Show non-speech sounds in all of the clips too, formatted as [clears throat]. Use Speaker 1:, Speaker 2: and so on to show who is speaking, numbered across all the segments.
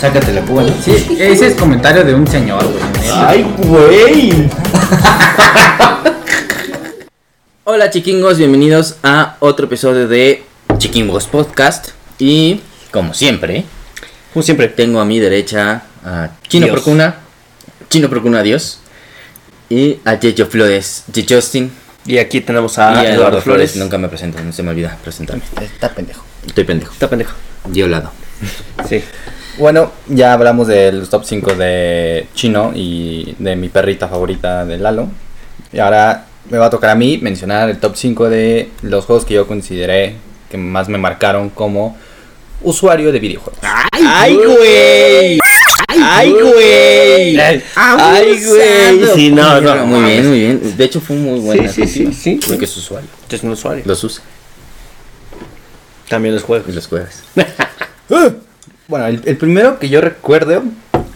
Speaker 1: Sácatela, púbalo.
Speaker 2: Sí, ese es comentario de un señor, güey. neta.
Speaker 3: ¡Ay, güey!
Speaker 4: Hola chiquingos, bienvenidos a otro episodio de Chiquingos Podcast. Y como siempre,
Speaker 3: Como Pues siempre.
Speaker 4: tengo a mi derecha a Chino
Speaker 3: Dios.
Speaker 4: Procuna, Chino Procuna Dios, y a Jejo Flores, J. Justin
Speaker 3: Y aquí tenemos a
Speaker 4: y a
Speaker 3: Ah, Eduardo, Flores.
Speaker 4: Nunca me presento, no se me olvida presentarme.
Speaker 1: Está pendejo.
Speaker 4: Estoy pendejo.
Speaker 3: Está pendejo.
Speaker 4: Yo lado.
Speaker 3: Sí.
Speaker 1: Bueno, ya hablamos del top 5 de Chino y de mi perrita favorita de Lalo. Y ahora me va a tocar a mí mencionar el top 5 de los juegos que yo consideré que más me marcaron como usuario de videojuegos.
Speaker 3: ¡Ay, güey! ¡Ay, güey! Ah, ¡Ay, güey! Sí, no, no.
Speaker 4: Muy bien, muy bien. De hecho fue muy buena.
Speaker 3: Sí, sí,
Speaker 4: ¿no?
Speaker 3: sí, sí.
Speaker 4: Porque es usuario.
Speaker 3: Es un usuario.
Speaker 4: Los usa
Speaker 3: También los
Speaker 4: y
Speaker 3: juegos.
Speaker 1: [laughs]
Speaker 4: los jueves.
Speaker 1: Eh, Bueno, el, el primero que yo recuerdo,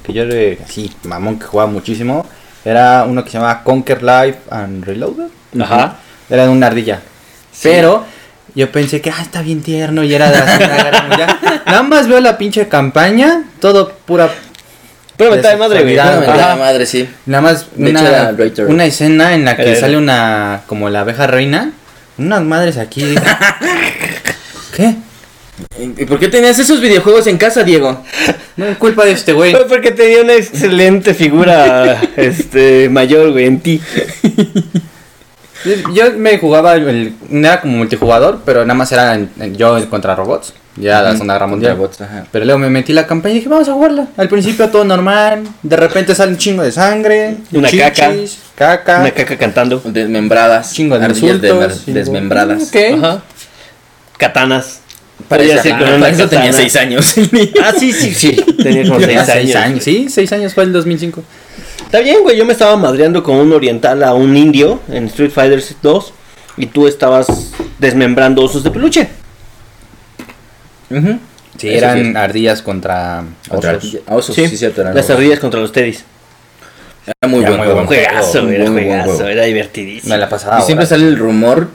Speaker 1: que yo re, así, mamón que jugaba muchísimo, era uno que se llamaba Conquer Life and Reloaded.
Speaker 3: Ajá.
Speaker 1: Era de una ardilla. Pero yo pensé que, ah, está bien tierno y era de la Segunda Guerra
Speaker 3: [laughs]
Speaker 1: Mundial. Nada más veo la pinche campaña, todo pura...
Speaker 3: Pero me está de madre, güey.
Speaker 1: Claro,
Speaker 4: Ah,
Speaker 1: Ajá.
Speaker 4: la madre, sí.
Speaker 1: Nada más
Speaker 4: De hecho,
Speaker 1: una,
Speaker 4: era Reuters.
Speaker 1: una escena en la que
Speaker 3: Era-
Speaker 1: sale una, como la abeja reina, unas madres aquí.
Speaker 4: [laughs]
Speaker 1: dije, ¿Qué?
Speaker 4: ¿Y por qué tenías esos videojuegos en casa, Diego?
Speaker 1: No es culpa de este güey.
Speaker 3: Fue porque tenía una excelente figura [laughs] este mayor, güey, en ti.
Speaker 1: Yo me jugaba, el, era como multijugador, pero nada más era en- en- yo contra robots. Ya la Segunda Guerra Mundial.
Speaker 4: Robots, ajá.
Speaker 1: Pero luego me metí la campaña y dije, vamos a jugarla. Al principio todo normal, de repente sale un chingo de sangre,
Speaker 3: Una caca.
Speaker 1: caca, caca,
Speaker 3: Una caca cantando.
Speaker 4: Desmembradas.
Speaker 1: un chingo de
Speaker 4: ardillas
Speaker 1: insultos,
Speaker 4: desmer-
Speaker 1: chingo-
Speaker 4: desmembradas.
Speaker 1: Ok.
Speaker 3: Ajá. Katanas.
Speaker 4: Para
Speaker 3: Podía
Speaker 4: eso,
Speaker 3: ser con
Speaker 4: para
Speaker 3: una
Speaker 4: eso tenía
Speaker 3: katana.
Speaker 4: 6 años.
Speaker 3: Ah, sí, sí, sí. Tenía como
Speaker 1: Yo
Speaker 3: 6
Speaker 1: tenía
Speaker 3: años.
Speaker 1: seis años. Sí, seis años fue el 2005.
Speaker 3: Está bien, güey. Yo me estaba madreando con un oriental a un indio en Street Fighter 2. Y tú estabas desmembrando osos de peluche.
Speaker 1: Sí,
Speaker 4: Eso
Speaker 1: eran
Speaker 4: sí es.
Speaker 1: ardillas contra
Speaker 4: Contra
Speaker 1: osos.
Speaker 4: ardilla- osos, sí, cierto, eran
Speaker 3: Las
Speaker 4: osos.
Speaker 3: ardillas contra los teddies.
Speaker 4: Era muy
Speaker 1: Era
Speaker 4: buen
Speaker 1: muy
Speaker 4: juego.
Speaker 1: buen juego.
Speaker 3: Juegazo, güey. Era
Speaker 4: Muy buen
Speaker 3: juegazo.
Speaker 4: juego.
Speaker 3: Era divertidísimo.
Speaker 1: Me la pasaba.
Speaker 4: y siempre
Speaker 1: horas.
Speaker 4: sale el rumor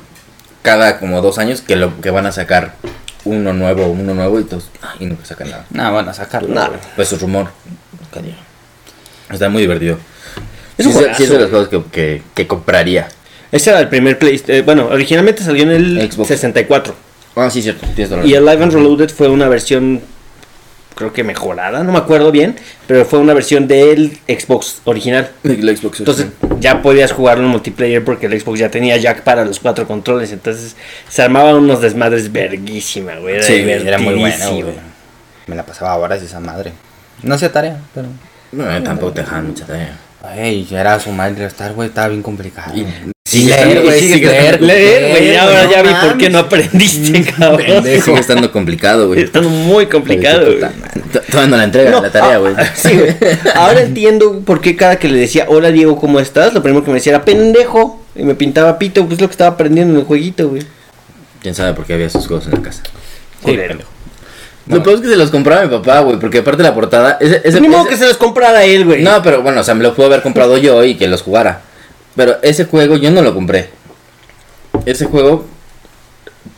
Speaker 4: cada como dos años que lo que van a sacar uno nuevo, uno nuevo y todos y nunca sacan nada.
Speaker 1: Nah, van a sacarlo.
Speaker 3: Nah.
Speaker 1: güey.
Speaker 4: Pues es rumor. Nunca llega. Está muy divertido.
Speaker 3: Es un
Speaker 4: Sí, Es sí,
Speaker 3: juegazo,
Speaker 4: es de los juegos que, que, que compraría.
Speaker 3: Ese era el primer Play. eh, bueno, originalmente salió en el
Speaker 4: Xbox.
Speaker 3: 64.
Speaker 4: Ah, sí, cierto. Tienes razón.
Speaker 3: Y el Live and Reloaded fue una versión, creo que mejorada, no me acuerdo bien, pero fue una versión del Xbox original.
Speaker 4: El Xbox.
Speaker 3: Entonces ya podías jugarlo en multiplayer porque el Xbox ya tenía jack para los cuatro controles. Entonces se armaban unos desmadres verguísima, güey. Era
Speaker 4: Sí,
Speaker 1: Era muy bueno,
Speaker 3: divertidísimo.
Speaker 1: güey. Me la pasaba horas esa madre. No hacía tarea, pero.
Speaker 4: no, eh, tampoco te dejan mucha tarea.
Speaker 1: Ay, ya era su madre estar, güey, estaba bien complicado.
Speaker 4: Y-
Speaker 1: Sí,
Speaker 4: sigue
Speaker 1: leer,
Speaker 4: estando-
Speaker 1: güey,
Speaker 4: sigue
Speaker 1: sí, leer,
Speaker 4: estando-
Speaker 3: Leer, "Eh, güey,
Speaker 1: Leer,
Speaker 3: ahora
Speaker 1: güey,
Speaker 3: ya
Speaker 1: no
Speaker 3: vi por qué
Speaker 1: mames.
Speaker 3: no aprendiste, cabrón.
Speaker 4: [laughs] Mm,
Speaker 3: [laughs]
Speaker 4: Pendejo. Sigue estando complicado, güey.
Speaker 3: Están muy complicados,
Speaker 4: Puta
Speaker 3: güey.
Speaker 4: madre. T- Todavía no la entregan
Speaker 3: No,
Speaker 4: la tarea,
Speaker 3: ah,
Speaker 4: güey.
Speaker 3: sí,
Speaker 4: [laughs]
Speaker 3: güey. Ahora entiendo por qué cada que le decía, hola Diego, ¿cómo estás? Lo primero que me decía era pendejo. Y me pintaba pito, pues lo que estaba aprendiendo en el jueguito, güey.
Speaker 4: Quién sabe por qué había esos juegos en la casa.
Speaker 3: Culero.
Speaker 4: Lo peor es que se los compraba mi papá, güey, porque aparte la portada. Ese, ese,
Speaker 3: Pues, Ni modo
Speaker 4: ese-
Speaker 3: que se los comprara él, güey.
Speaker 4: No, pero bueno, o sea, me lo pudo haber comprado yo y que los jugara. Pero ese juego yo no lo compré. Ese juego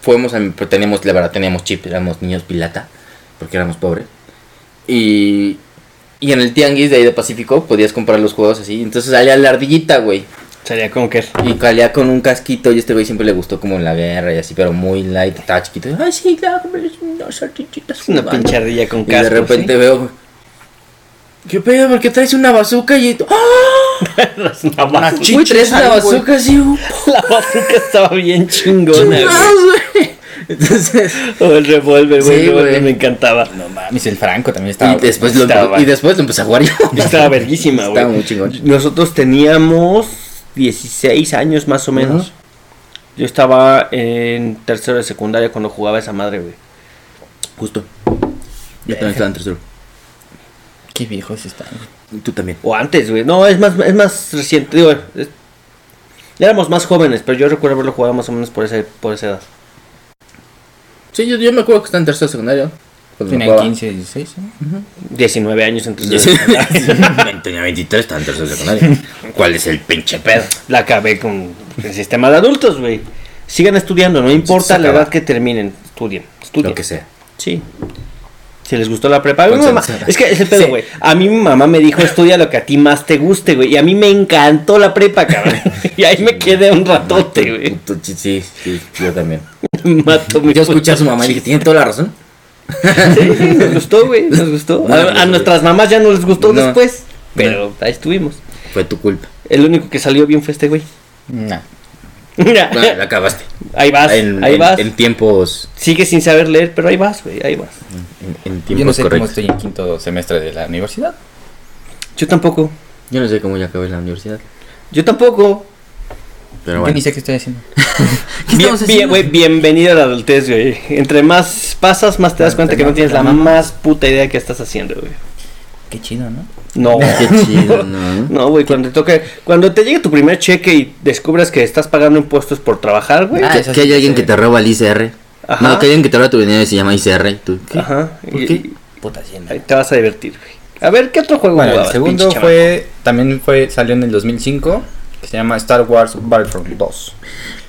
Speaker 4: fuimos a mi- pues, teníamos, la verdad, teníamos chip, éramos niños pilata, porque éramos pobres. Y, y en el tianguis de ahí de Pacífico podías comprar los juegos así. Entonces salía la ardillita, güey.
Speaker 3: Sería Conker.
Speaker 4: Y calía con un casquito y este güey siempre le gustó como en la guerra y así, pero muy light, estaba chiquito. Ay, sí, claro, como les- unas ardillitas
Speaker 3: Una
Speaker 4: jugando".
Speaker 3: pinche ardilla con ¿eh?
Speaker 4: Y
Speaker 3: casco.
Speaker 4: de repente veo. ¿Qué pedo? ¿Por qué traes una bazooka? Y. ¡Ah!
Speaker 3: ¿sí? la bazooka
Speaker 4: Güey, traes una bazooka así. uh,
Speaker 3: la bazooka estaba bien chingona, güey.
Speaker 4: güey. Entonces.
Speaker 3: O el revólver, güey.
Speaker 4: Sí,
Speaker 3: el revólver
Speaker 4: güey.
Speaker 3: me encantaba.
Speaker 1: No mames, el Franco también estaba.
Speaker 4: Y después, lo,
Speaker 3: estaba-
Speaker 4: y después lo empecé a jugar [laughs] yo.
Speaker 3: Estaba verguísima, güey.
Speaker 4: Estaba muy chingón.
Speaker 3: Nosotros teníamos 16 años más o menos. Yo estaba en tercero de secundaria cuando jugaba esa madre, güey.
Speaker 4: Justo. Yo también estaba en tercero.
Speaker 1: Qué viejos están.
Speaker 4: Y Tú también.
Speaker 3: O antes, güey. No, es más, es más reciente. Digo, es- Éramos más jóvenes, pero yo recuerdo haberlo jugado más o menos por, ese, por esa edad.
Speaker 4: Sí, yo, yo me acuerdo que estaba en tercero de secundario. cuando
Speaker 1: Tienen
Speaker 4: jugaba. [laughs]
Speaker 1: 15, 16, ¿no?
Speaker 3: 19 años en tercero de secundaria.
Speaker 4: Tenía 23, estaba en tercero de secundaria. [laughs] ¿Cuál es el pinche pedo?
Speaker 3: La acabé con el sistema de adultos, güey. Sigan estudiando, no importa
Speaker 4: Se
Speaker 3: la
Speaker 4: acaba.
Speaker 3: edad que terminen. Estudien, estudien.
Speaker 4: Lo que sea.
Speaker 3: Sí. Si les gustó la prepa, a mí mi mamá-
Speaker 4: Consensuada.
Speaker 3: es que es el pedo,
Speaker 4: Sí.
Speaker 3: güey. A mí mi mamá me dijo, estudia lo que a ti más te guste, güey. Y a mí me encantó la prepa, cabrón. [laughs] y ahí me quedé un ratote, güey. [laughs]
Speaker 4: Tú- tú- Sí, sí, sí, yo también.
Speaker 3: Mato mi
Speaker 4: Yo escuché a su mamá y dije, tiene toda la razón. [laughs]
Speaker 3: Sí, sí, nos gustó, güey, nos gustó.
Speaker 4: No,
Speaker 3: A, a nuestras mamás ya no les gustó
Speaker 4: No.
Speaker 3: después, pero ahí estuvimos.
Speaker 4: Fue tu culpa.
Speaker 3: El único que salió bien fue este güey. [laughs]
Speaker 1: No.
Speaker 4: Bueno, la acabaste.
Speaker 3: ahí vas,
Speaker 4: En,
Speaker 3: ahí
Speaker 4: en-
Speaker 3: vas.
Speaker 4: en tiempos,
Speaker 3: Sigue sin saber leer, pero ahí vas, güey, ahí vas.
Speaker 4: en, en tiempos
Speaker 1: Yo no sé cómo
Speaker 4: correctos.
Speaker 1: estoy en quinto semestre de la universidad.
Speaker 3: Yo tampoco,
Speaker 4: Yo no sé cómo ya acabé en la universidad.
Speaker 3: yo tampoco.
Speaker 4: Pero
Speaker 1: Yo
Speaker 4: bueno.
Speaker 1: ni sé qué estoy haciendo.
Speaker 3: Bien, bien, güey, bienvenido a la adultez, güey. Entre más pasas, más te das cuenta que no tienes la más puta idea que estás haciendo, güey.
Speaker 1: Qué chido, ¿no? [laughs]
Speaker 3: No.
Speaker 4: [laughs] Qué chido, ¿no?
Speaker 3: No, güey, cuando te toque, cuando te llegue tu primer cheque y descubras que estás pagando impuestos por trabajar, güey.
Speaker 1: Ah,
Speaker 4: que,
Speaker 1: eso
Speaker 4: que
Speaker 1: sí,
Speaker 4: hay alguien
Speaker 1: sí.
Speaker 4: que te roba el ICR.
Speaker 3: Ajá.
Speaker 4: No, que hay alguien que te roba tu dinero y se llama ICR. y tú, ¿qué?
Speaker 3: Ajá.
Speaker 4: ¿Por
Speaker 3: y-
Speaker 4: qué?
Speaker 3: y-
Speaker 1: Puta hacienda.
Speaker 3: Ahí te vas a divertir, güey. A ver, ¿qué otro juego
Speaker 1: Bueno, el
Speaker 3: jugabas,
Speaker 1: segundo
Speaker 3: pinche
Speaker 1: fue, también fue, salió en el 2005, que se llama Star Wars Battlefront 2.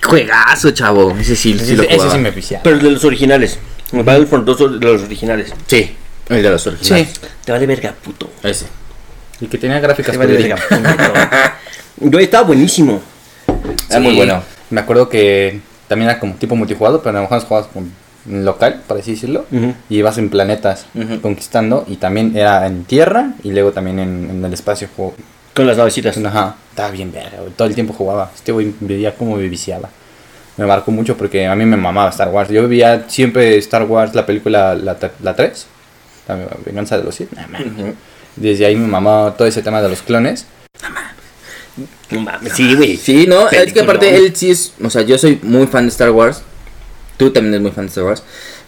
Speaker 4: Juegazo, chavo. Ese sí, sí,
Speaker 1: Ese,
Speaker 4: lo
Speaker 1: ese
Speaker 4: jugaba.
Speaker 1: sí me oficial.
Speaker 3: chamaco? Pero de los originales. El Battlefront 2 de los originales.
Speaker 4: Sí, el de los originales.
Speaker 3: Te vale verga, puto.
Speaker 4: Ese.
Speaker 1: Y que tenía gráficas
Speaker 3: Te vale verga,
Speaker 1: culeras.
Speaker 3: puto. Güey, estaba buenísimo.
Speaker 4: Era Ah, muy
Speaker 1: Sí.
Speaker 4: bueno.
Speaker 1: Me acuerdo que también era como tipo multijugador, pero a lo mejor jugabas con en local, por así decirlo,
Speaker 3: Ujú.
Speaker 1: y ibas en planetas
Speaker 4: Ujú.
Speaker 1: conquistando, y también era en tierra y luego también en, en el espacio. jugó-
Speaker 3: Con las navecitas.
Speaker 1: Ajá, estaba bien verga, güey, todo el tiempo jugaba. Este güey vivía como me viciaba. Me marcó mucho porque a mí me mamaba Star Wars. Yo vivía siempre Star Wars, la película, la, tre- la 3, la venganza de los Sith. Nah, man. Desde ahí me mamaba todo ese tema de los clones.
Speaker 3: No mames, sí, güey.
Speaker 4: Sí, no, es que
Speaker 3: Película.
Speaker 4: aparte él sí es. O sea, yo soy muy fan de Star Wars. Tú también eres muy fan de Star Wars.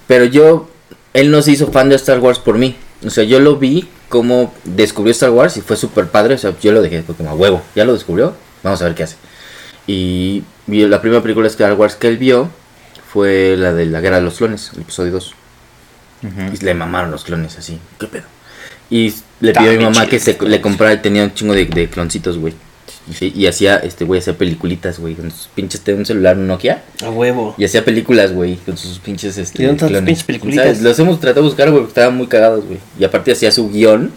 Speaker 4: Pero yo. Él no se hizo fan de Star Wars por mí. O sea, yo lo vi como descubrió Star Wars y fue súper padre. O sea, yo lo dejé como a huevo. Ya lo descubrió. Vamos a ver qué hace. Y, vi- la primera película de Star Wars que él vio fue la de la Guerra de los Clones, el episodio 2. Y le mamaron los clones así. ¿Qué pedo? Y le
Speaker 3: Está
Speaker 4: pidió a mi
Speaker 3: bien
Speaker 4: mamá
Speaker 3: chido
Speaker 4: que se,
Speaker 3: este
Speaker 4: le comprara, tenía un chingo de, de cloncitos, güey. Sí, y hacía, este güey, hacía peliculitas, güey, con sus pinches, tenía un celular, un Nokia,
Speaker 3: A huevo.
Speaker 4: y hacía películas, güey, con sus pinches, este,
Speaker 3: ¿Y dónde están tus
Speaker 4: clones.
Speaker 3: pinches peliculitas?
Speaker 4: ¿Sabes? Los hemos tratado de buscar, güey, porque estaban muy cagados, güey. Y aparte hacía su guión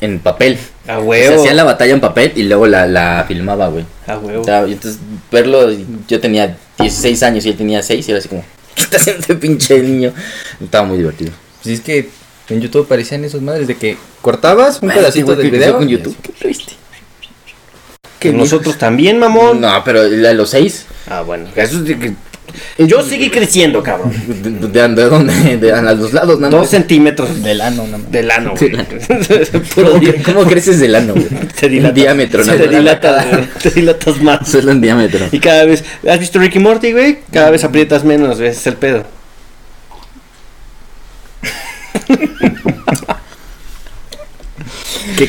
Speaker 4: en
Speaker 3: A
Speaker 4: papel. O sea,
Speaker 3: huevo.
Speaker 4: hacía la batalla en papel y luego la, la filmaba, güey.
Speaker 3: A huevo.
Speaker 4: Estaba- y Entonces, verlo, yo tenía 16 años y él tenía 6, y era así como, [laughs] ¿qué está haciendo este pinche niño? Estaba muy divertido.
Speaker 1: Pues es que en YouTube aparecían esos madres de que cortabas un
Speaker 4: Bueno,
Speaker 1: pedacito
Speaker 4: igual
Speaker 1: del
Speaker 4: Ah, que
Speaker 1: video.
Speaker 4: empezó con
Speaker 1: y
Speaker 4: YouTube. ¿Qué triste.
Speaker 3: Que nosotros también, mamón.
Speaker 4: No, pero la de los seis.
Speaker 3: Ah, bueno. Eso es de que- Yo seguí creciendo, cabrón.
Speaker 4: ¿De, de, de dónde? De, a los lados, nada
Speaker 3: Dos
Speaker 4: más.
Speaker 1: así,
Speaker 3: centímetros de,
Speaker 1: Del ano, nada más.
Speaker 3: lano, güey.
Speaker 4: ¿Cómo, cre- cómo creces del ano?
Speaker 3: [laughs]
Speaker 4: güey?
Speaker 3: Te dilatas.
Speaker 4: En diámetro,
Speaker 3: Se te
Speaker 4: nada
Speaker 3: dilata, güey. Te dilatas más.
Speaker 4: Solo en diámetro.
Speaker 3: Y cada vez, ¿has visto Ricky Morty, güey? Cada vez aprietas menos, güey, ese es el pedo.
Speaker 4: Qué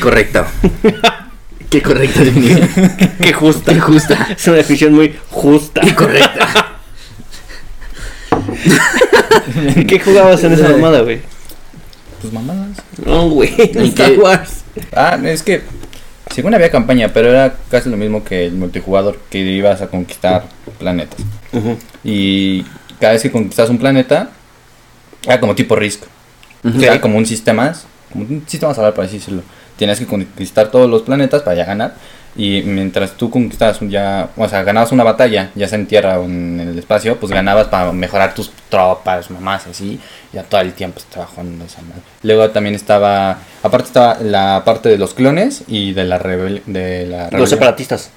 Speaker 3: [laughs]
Speaker 4: correcto. Qué correcto, Miguel.
Speaker 3: Qué justa.
Speaker 4: Qué justa.
Speaker 3: Es una definición muy justa.
Speaker 4: Qué correcta.
Speaker 3: ¿Qué jugabas en esa mamada, güey?
Speaker 1: Pues mamadas.
Speaker 3: No, güey. en
Speaker 4: ¿Y
Speaker 3: Star
Speaker 4: qué?
Speaker 3: Wars.
Speaker 1: Ah, es que según había campaña, pero era casi lo mismo que el multijugador que ibas a conquistar planetas. Y cada vez que conquistas un planeta, era como tipo Risk.
Speaker 4: Ujú.
Speaker 1: Era como un sistema, como un sistema solar, para así decirlo. Tenías que conquistar todos los planetas para ya ganar. Y mientras tú conquistabas un ya, o sea, ganabas una batalla, ya sea en tierra o en el espacio, pues ganabas para mejorar tus tropas, mamás, así. Ya todo el tiempo estaba jugando esa madre. Luego también estaba, aparte estaba la parte de los clones y de la rebel, de la
Speaker 3: Los
Speaker 1: rebelión.
Speaker 3: separatistas.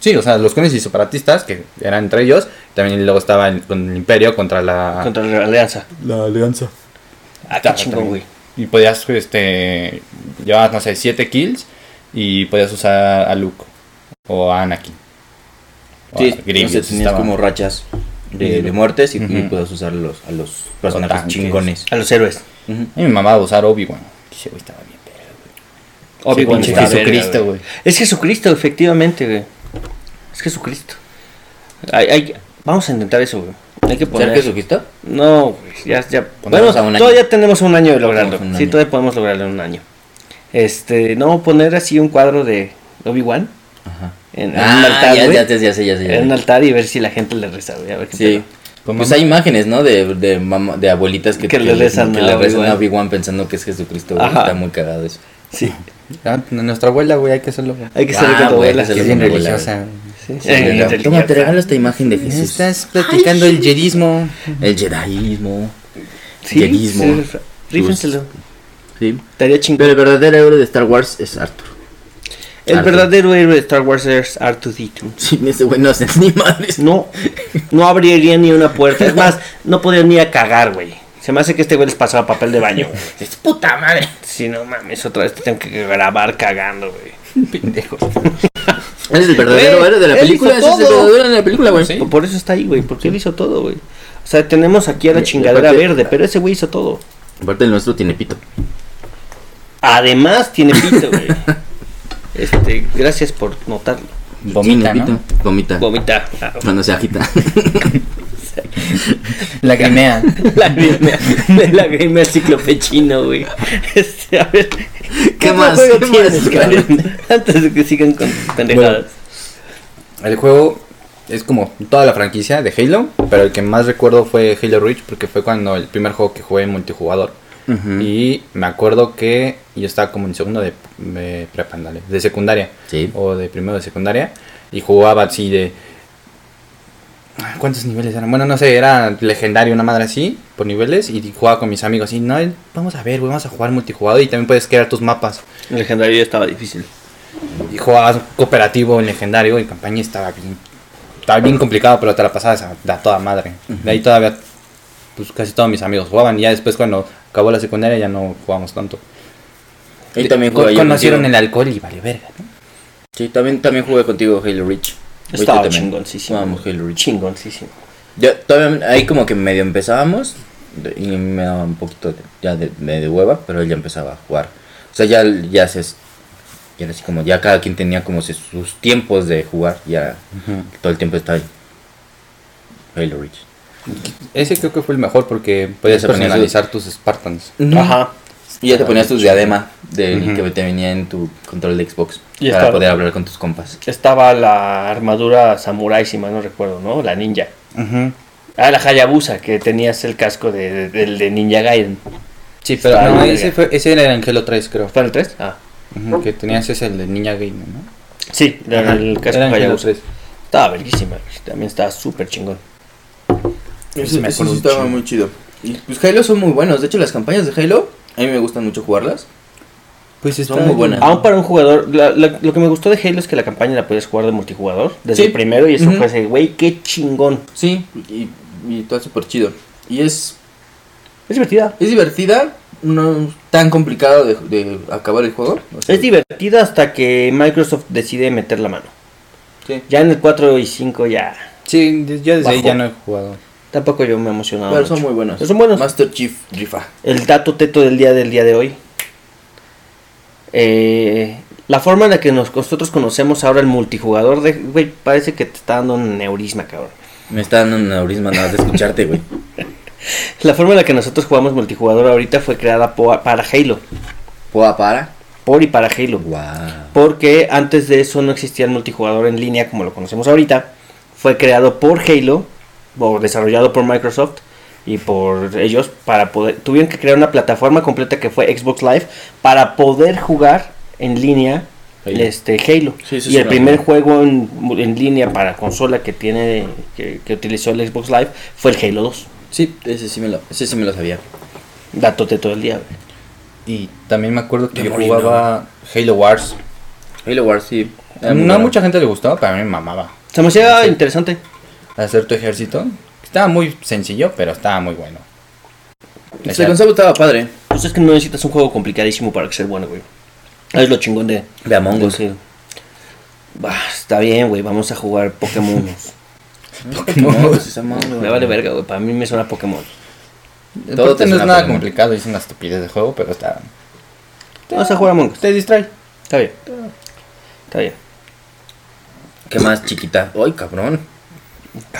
Speaker 1: Sí, o sea, los clones y separatistas, que eran entre ellos, también luego estaba el, con el imperio contra
Speaker 4: Ah.
Speaker 1: la...
Speaker 3: Contra la alianza.
Speaker 1: la alianza.
Speaker 3: Ah, qué chingón, güey.
Speaker 1: Y podías, este, llevabas, no sé, 7 kills y podías usar a Luke o a Anakin. O a
Speaker 4: Sí,
Speaker 1: Grievous,
Speaker 4: entonces tenías
Speaker 1: estaba-
Speaker 4: como rachas de, de muertes y, y
Speaker 1: Ujú.
Speaker 4: podías usar los, a los
Speaker 1: O
Speaker 4: personajes
Speaker 1: tanques.
Speaker 4: chingones.
Speaker 3: A los héroes.
Speaker 4: Ujú.
Speaker 1: A mí me mamaba usar Obi-Wan. Ese güey estaba bien. pero-
Speaker 3: Obi-Wan
Speaker 1: pinche
Speaker 3: está verga,
Speaker 1: Jesucristo, güey.
Speaker 3: Es Jesucristo, efectivamente, güey. Es Jesucristo. Hay, hay- vamos a intentar eso, güey. Hay que
Speaker 4: ¿Sabes
Speaker 3: poner.
Speaker 4: qué sugiste?
Speaker 3: No, güey, ya, ya.
Speaker 4: Pondremos
Speaker 3: bueno,
Speaker 4: a un año.
Speaker 3: todavía tenemos un año de lograrlo.
Speaker 4: Tenemos un
Speaker 3: Sí,
Speaker 4: año.
Speaker 3: todavía podemos lograrlo en un año. Este, no, poner así un cuadro de Obi-Wan
Speaker 4: Ajá.
Speaker 3: en, en un
Speaker 4: Ah,
Speaker 3: altar,
Speaker 4: ya,
Speaker 3: güey.
Speaker 4: ya, ya, ya, sé, ya, sé, ya,
Speaker 3: en un
Speaker 4: sé.
Speaker 3: altar y ver si la gente le reza, güey. A ver qué
Speaker 4: Sí.
Speaker 3: pedo.
Speaker 4: Pues hay imágenes, ¿no? De, de, mamá- de abuelitas que,
Speaker 3: Que le rezan
Speaker 4: que
Speaker 3: a
Speaker 4: le rezan a
Speaker 3: Obi-Wan.
Speaker 4: Obi-Wan pensando que es Jesucristo. güey.
Speaker 3: Ajá.
Speaker 4: Está muy cagado eso.
Speaker 3: Sí,
Speaker 1: Ah, n- nuestra abuela, güey, hay que hacerlo. güey.
Speaker 3: hay que salir
Speaker 4: Ah,
Speaker 3: con tu
Speaker 4: güey,
Speaker 3: abuela.
Speaker 4: hay que
Speaker 1: Que
Speaker 4: hacerlo.
Speaker 1: es bien
Speaker 4: mi abuela,
Speaker 1: religiosa.
Speaker 3: Sí,
Speaker 4: Sí,
Speaker 3: sí,
Speaker 4: pero-
Speaker 3: sí.
Speaker 4: Toma, te regalo esta imagen de Jesús.
Speaker 1: Estás platicando el yedismo.
Speaker 4: El jediismo.
Speaker 3: Sí,
Speaker 4: Yeguismo.
Speaker 3: sí, Rífenselo.
Speaker 4: Sí.
Speaker 3: Estaría chingón.
Speaker 4: Pero el verdadero héroe de Star Wars es Arthur.
Speaker 3: El
Speaker 4: Arthur.
Speaker 3: verdadero héroe de Star Wars es R2D2.
Speaker 4: Sí, ese güey no hace ni madres.
Speaker 3: No, no abriría ni una puerta. Es más, no podrían ni a cagar, güey. Se me hace que este güey les pasaba papel de baño. güey.
Speaker 4: [laughs] Es puta madre.
Speaker 3: Si no mames, otra vez te tengo que grabar cagando, güey.
Speaker 1: Pendejo.
Speaker 4: Él es el verdadero
Speaker 3: Güey,
Speaker 4: héroe de la
Speaker 3: él
Speaker 4: película.
Speaker 3: hizo
Speaker 4: Ese es el
Speaker 3: todo.
Speaker 4: verdadero héroe de la película, güey.
Speaker 1: Sí.
Speaker 3: Por- Por eso está ahí, güey. Porque él hizo todo, güey. O sea, tenemos aquí a la
Speaker 4: Y- y
Speaker 3: chingadera
Speaker 4: aparte-
Speaker 3: verde, pero ese güey hizo todo.
Speaker 4: Aparte, el nuestro tiene pito.
Speaker 3: Además, tiene pito, güey. Este, gracias por notarlo.
Speaker 1: Vomita,
Speaker 4: Tiene
Speaker 1: ¿no?
Speaker 4: pito. Vomita.
Speaker 3: Vomita.
Speaker 4: Cuando se [laughs] agita.
Speaker 1: Lagrimea.
Speaker 3: [laughs] La me lagrimé el ciclopechino, güey. [laughs] Este, a ver. ¿Qué, otro
Speaker 4: más?
Speaker 3: juego
Speaker 4: ¿Qué
Speaker 3: tienes,
Speaker 4: más,
Speaker 3: cabrón? [laughs] Antes de que sigan con sus pendejadas.
Speaker 1: El juego es como toda la franquicia de Halo, pero el que más recuerdo fue Halo Reach porque fue cuando el primer juego que jugué en multijugador.
Speaker 4: [laughs]
Speaker 1: Y me acuerdo que yo estaba como en segundo de, de prepa, ándale, de secundaria.
Speaker 4: Sí.
Speaker 1: O de primero de secundaria. Y jugaba así de... ¿Cuántos niveles eran? Bueno, no sé, era legendario, una madre así, por niveles. Y jugaba con mis amigos y no, vamos a ver, güey, vamos a jugar multijugador. Y también puedes crear tus mapas.
Speaker 3: El legendario ya estaba difícil.
Speaker 1: Y jugabas cooperativo en legendario y campaña y estaba bien, estaba bien complicado, pero te la pasabas a, a toda madre. De ahí todavía, pues casi todos mis amigos jugaban. Ya después cuando acabó la secundaria ya no jugamos tanto.
Speaker 4: Y también
Speaker 1: Co-
Speaker 4: jugué yo
Speaker 1: conocieron el
Speaker 4: contigo.
Speaker 1: alcohol y vale verga, ¿no?
Speaker 4: Sí, también, también jugué contigo Halo Reach. Güey, tú
Speaker 3: Estaba
Speaker 4: también.
Speaker 3: chingoncísimo.
Speaker 4: Jugábamos Halo Reach.
Speaker 3: Chingoncísimo.
Speaker 4: Yo todavía ahí como que medio empezábamos de- y me daba un poquito de- ya de, de- de hueva, pero él ya empezaba a jugar. O sea, ya, ya se es- ya era así como, ya cada quien tenía como si sus tiempos de jugar, ya todo el tiempo estaba ahí. Halo Reach.
Speaker 1: Ese creo que fue el mejor porque podías
Speaker 4: se ponía
Speaker 1: personalizar tus Spartans.
Speaker 3: Ajá.
Speaker 4: Y ya te ponías tu diadema del que te venía en tu control de Xbox
Speaker 3: Y
Speaker 4: para
Speaker 3: estaba-
Speaker 4: poder hablar con tus compas.
Speaker 3: Estaba la armadura samurai, si mal no recuerdo, ¿no? La ninja. Ah, la Hayabusa, que tenías el casco de, de- del de Ninja Gaiden.
Speaker 1: Sí, pero
Speaker 3: Está
Speaker 1: no,
Speaker 3: verga.
Speaker 1: ese, fue, ese era el Angelo 3, creo.
Speaker 3: ¿Fue en el 3? Ah.
Speaker 1: Ujú, Que tenías ese, el de Niña Game, ¿no?
Speaker 3: Sí, era
Speaker 1: Ajá,
Speaker 3: el casco
Speaker 1: era
Speaker 3: de
Speaker 1: Angelo
Speaker 3: Hayabusa.
Speaker 1: 3.
Speaker 3: Estaba verguísima. güey. También estaba súper chingón.
Speaker 1: Ese- ese sí estaba
Speaker 4: estaba muy chido. Y pues Halo son muy buenos. De hecho, las campañas de Halo, a mí me gustan mucho jugarlas.
Speaker 1: Pues
Speaker 4: está- muy buena.
Speaker 3: Aún para un jugador, la- la- lo que me gustó de Halo es que la campaña la podías jugar de multijugador. Desde
Speaker 4: Sí.
Speaker 3: el primero y eso
Speaker 4: Ujú.
Speaker 3: fue así, güey, qué chingón.
Speaker 4: Sí, y, y todo súper chido. Y es,
Speaker 3: Es divertida.
Speaker 4: es divertida, no es tan complicado de, de acabar el juego. o sea,
Speaker 3: Es divertida hasta que Microsoft decide meter la mano.
Speaker 4: sí.
Speaker 3: Ya en el 4 y 5 ya.
Speaker 1: Sí, de- yo desde ahí
Speaker 3: Bajo.
Speaker 1: ya no he jugado.
Speaker 3: Tampoco yo me he emocionado.
Speaker 4: Pero son
Speaker 3: mucho.
Speaker 4: muy buenos.
Speaker 3: Pero son buenos.
Speaker 4: Master Chief rifa.
Speaker 3: El dato teto del día del día de hoy. Eh, la forma en la que nos- nosotros conocemos ahora el multijugador de güey, parece que te está dando un neurisma, cabrón.
Speaker 4: Me está dando un neurisma nada más de escucharte, güey.
Speaker 3: La forma en la que nosotros jugamos multijugador ahorita fue creada po- para Halo,
Speaker 4: [laughs] Poa para.
Speaker 3: por y para Halo.
Speaker 4: Wow.
Speaker 3: Porque antes de eso no existía el multijugador en línea como lo conocemos ahorita. Fue creado por Halo, o desarrollado por Microsoft y por ellos para poder. Tuvieron que crear una plataforma completa que fue Xbox Live para poder jugar en línea
Speaker 4: Halo.
Speaker 3: este Halo.
Speaker 4: Sí, sí,
Speaker 3: y
Speaker 4: sí,
Speaker 3: el
Speaker 4: me
Speaker 3: primer
Speaker 4: acuerdo.
Speaker 3: juego en, en línea para consola que tiene que, que utilizó el Xbox Live fue el Halo 2.
Speaker 4: Sí, ese sí me lo, ese sí me lo sabía.
Speaker 3: Datote todo el día. güey.
Speaker 1: Y también me acuerdo que
Speaker 4: De
Speaker 1: yo
Speaker 4: Molino.
Speaker 1: jugaba Halo Wars.
Speaker 4: Halo Wars, sí.
Speaker 1: No a mucha gente le gustaba, pero a mí me mamaba.
Speaker 3: Se me hacía interesante.
Speaker 1: Hacer tu ejército. Estaba muy sencillo, pero estaba muy bueno.
Speaker 4: gente.
Speaker 1: [laughs]
Speaker 4: El concepto estaba padre.
Speaker 3: Pues es que no necesitas un juego complicadísimo para que sea bueno, güey. Ah, Es lo chingón de.
Speaker 4: De Among
Speaker 3: del
Speaker 4: Us.
Speaker 3: Halo. Bah, Ah, está bien, güey. Vamos a jugar Pokémon.
Speaker 1: [laughs]
Speaker 3: [laughs]
Speaker 4: No, pues, es Among Us.
Speaker 3: me vale verga, güey. Para mí me suena Pokémon.
Speaker 1: Todo
Speaker 4: Todo te
Speaker 1: no es
Speaker 4: suena
Speaker 1: nada
Speaker 4: Pokémon.
Speaker 1: complicado, es una estupidez de juego, pero está.
Speaker 3: Vamos a jugar Among Us.
Speaker 1: Te distrae.
Speaker 3: Está bien. Está bien.
Speaker 4: ¿Qué más, chiquita? ¡Ay, cabrón!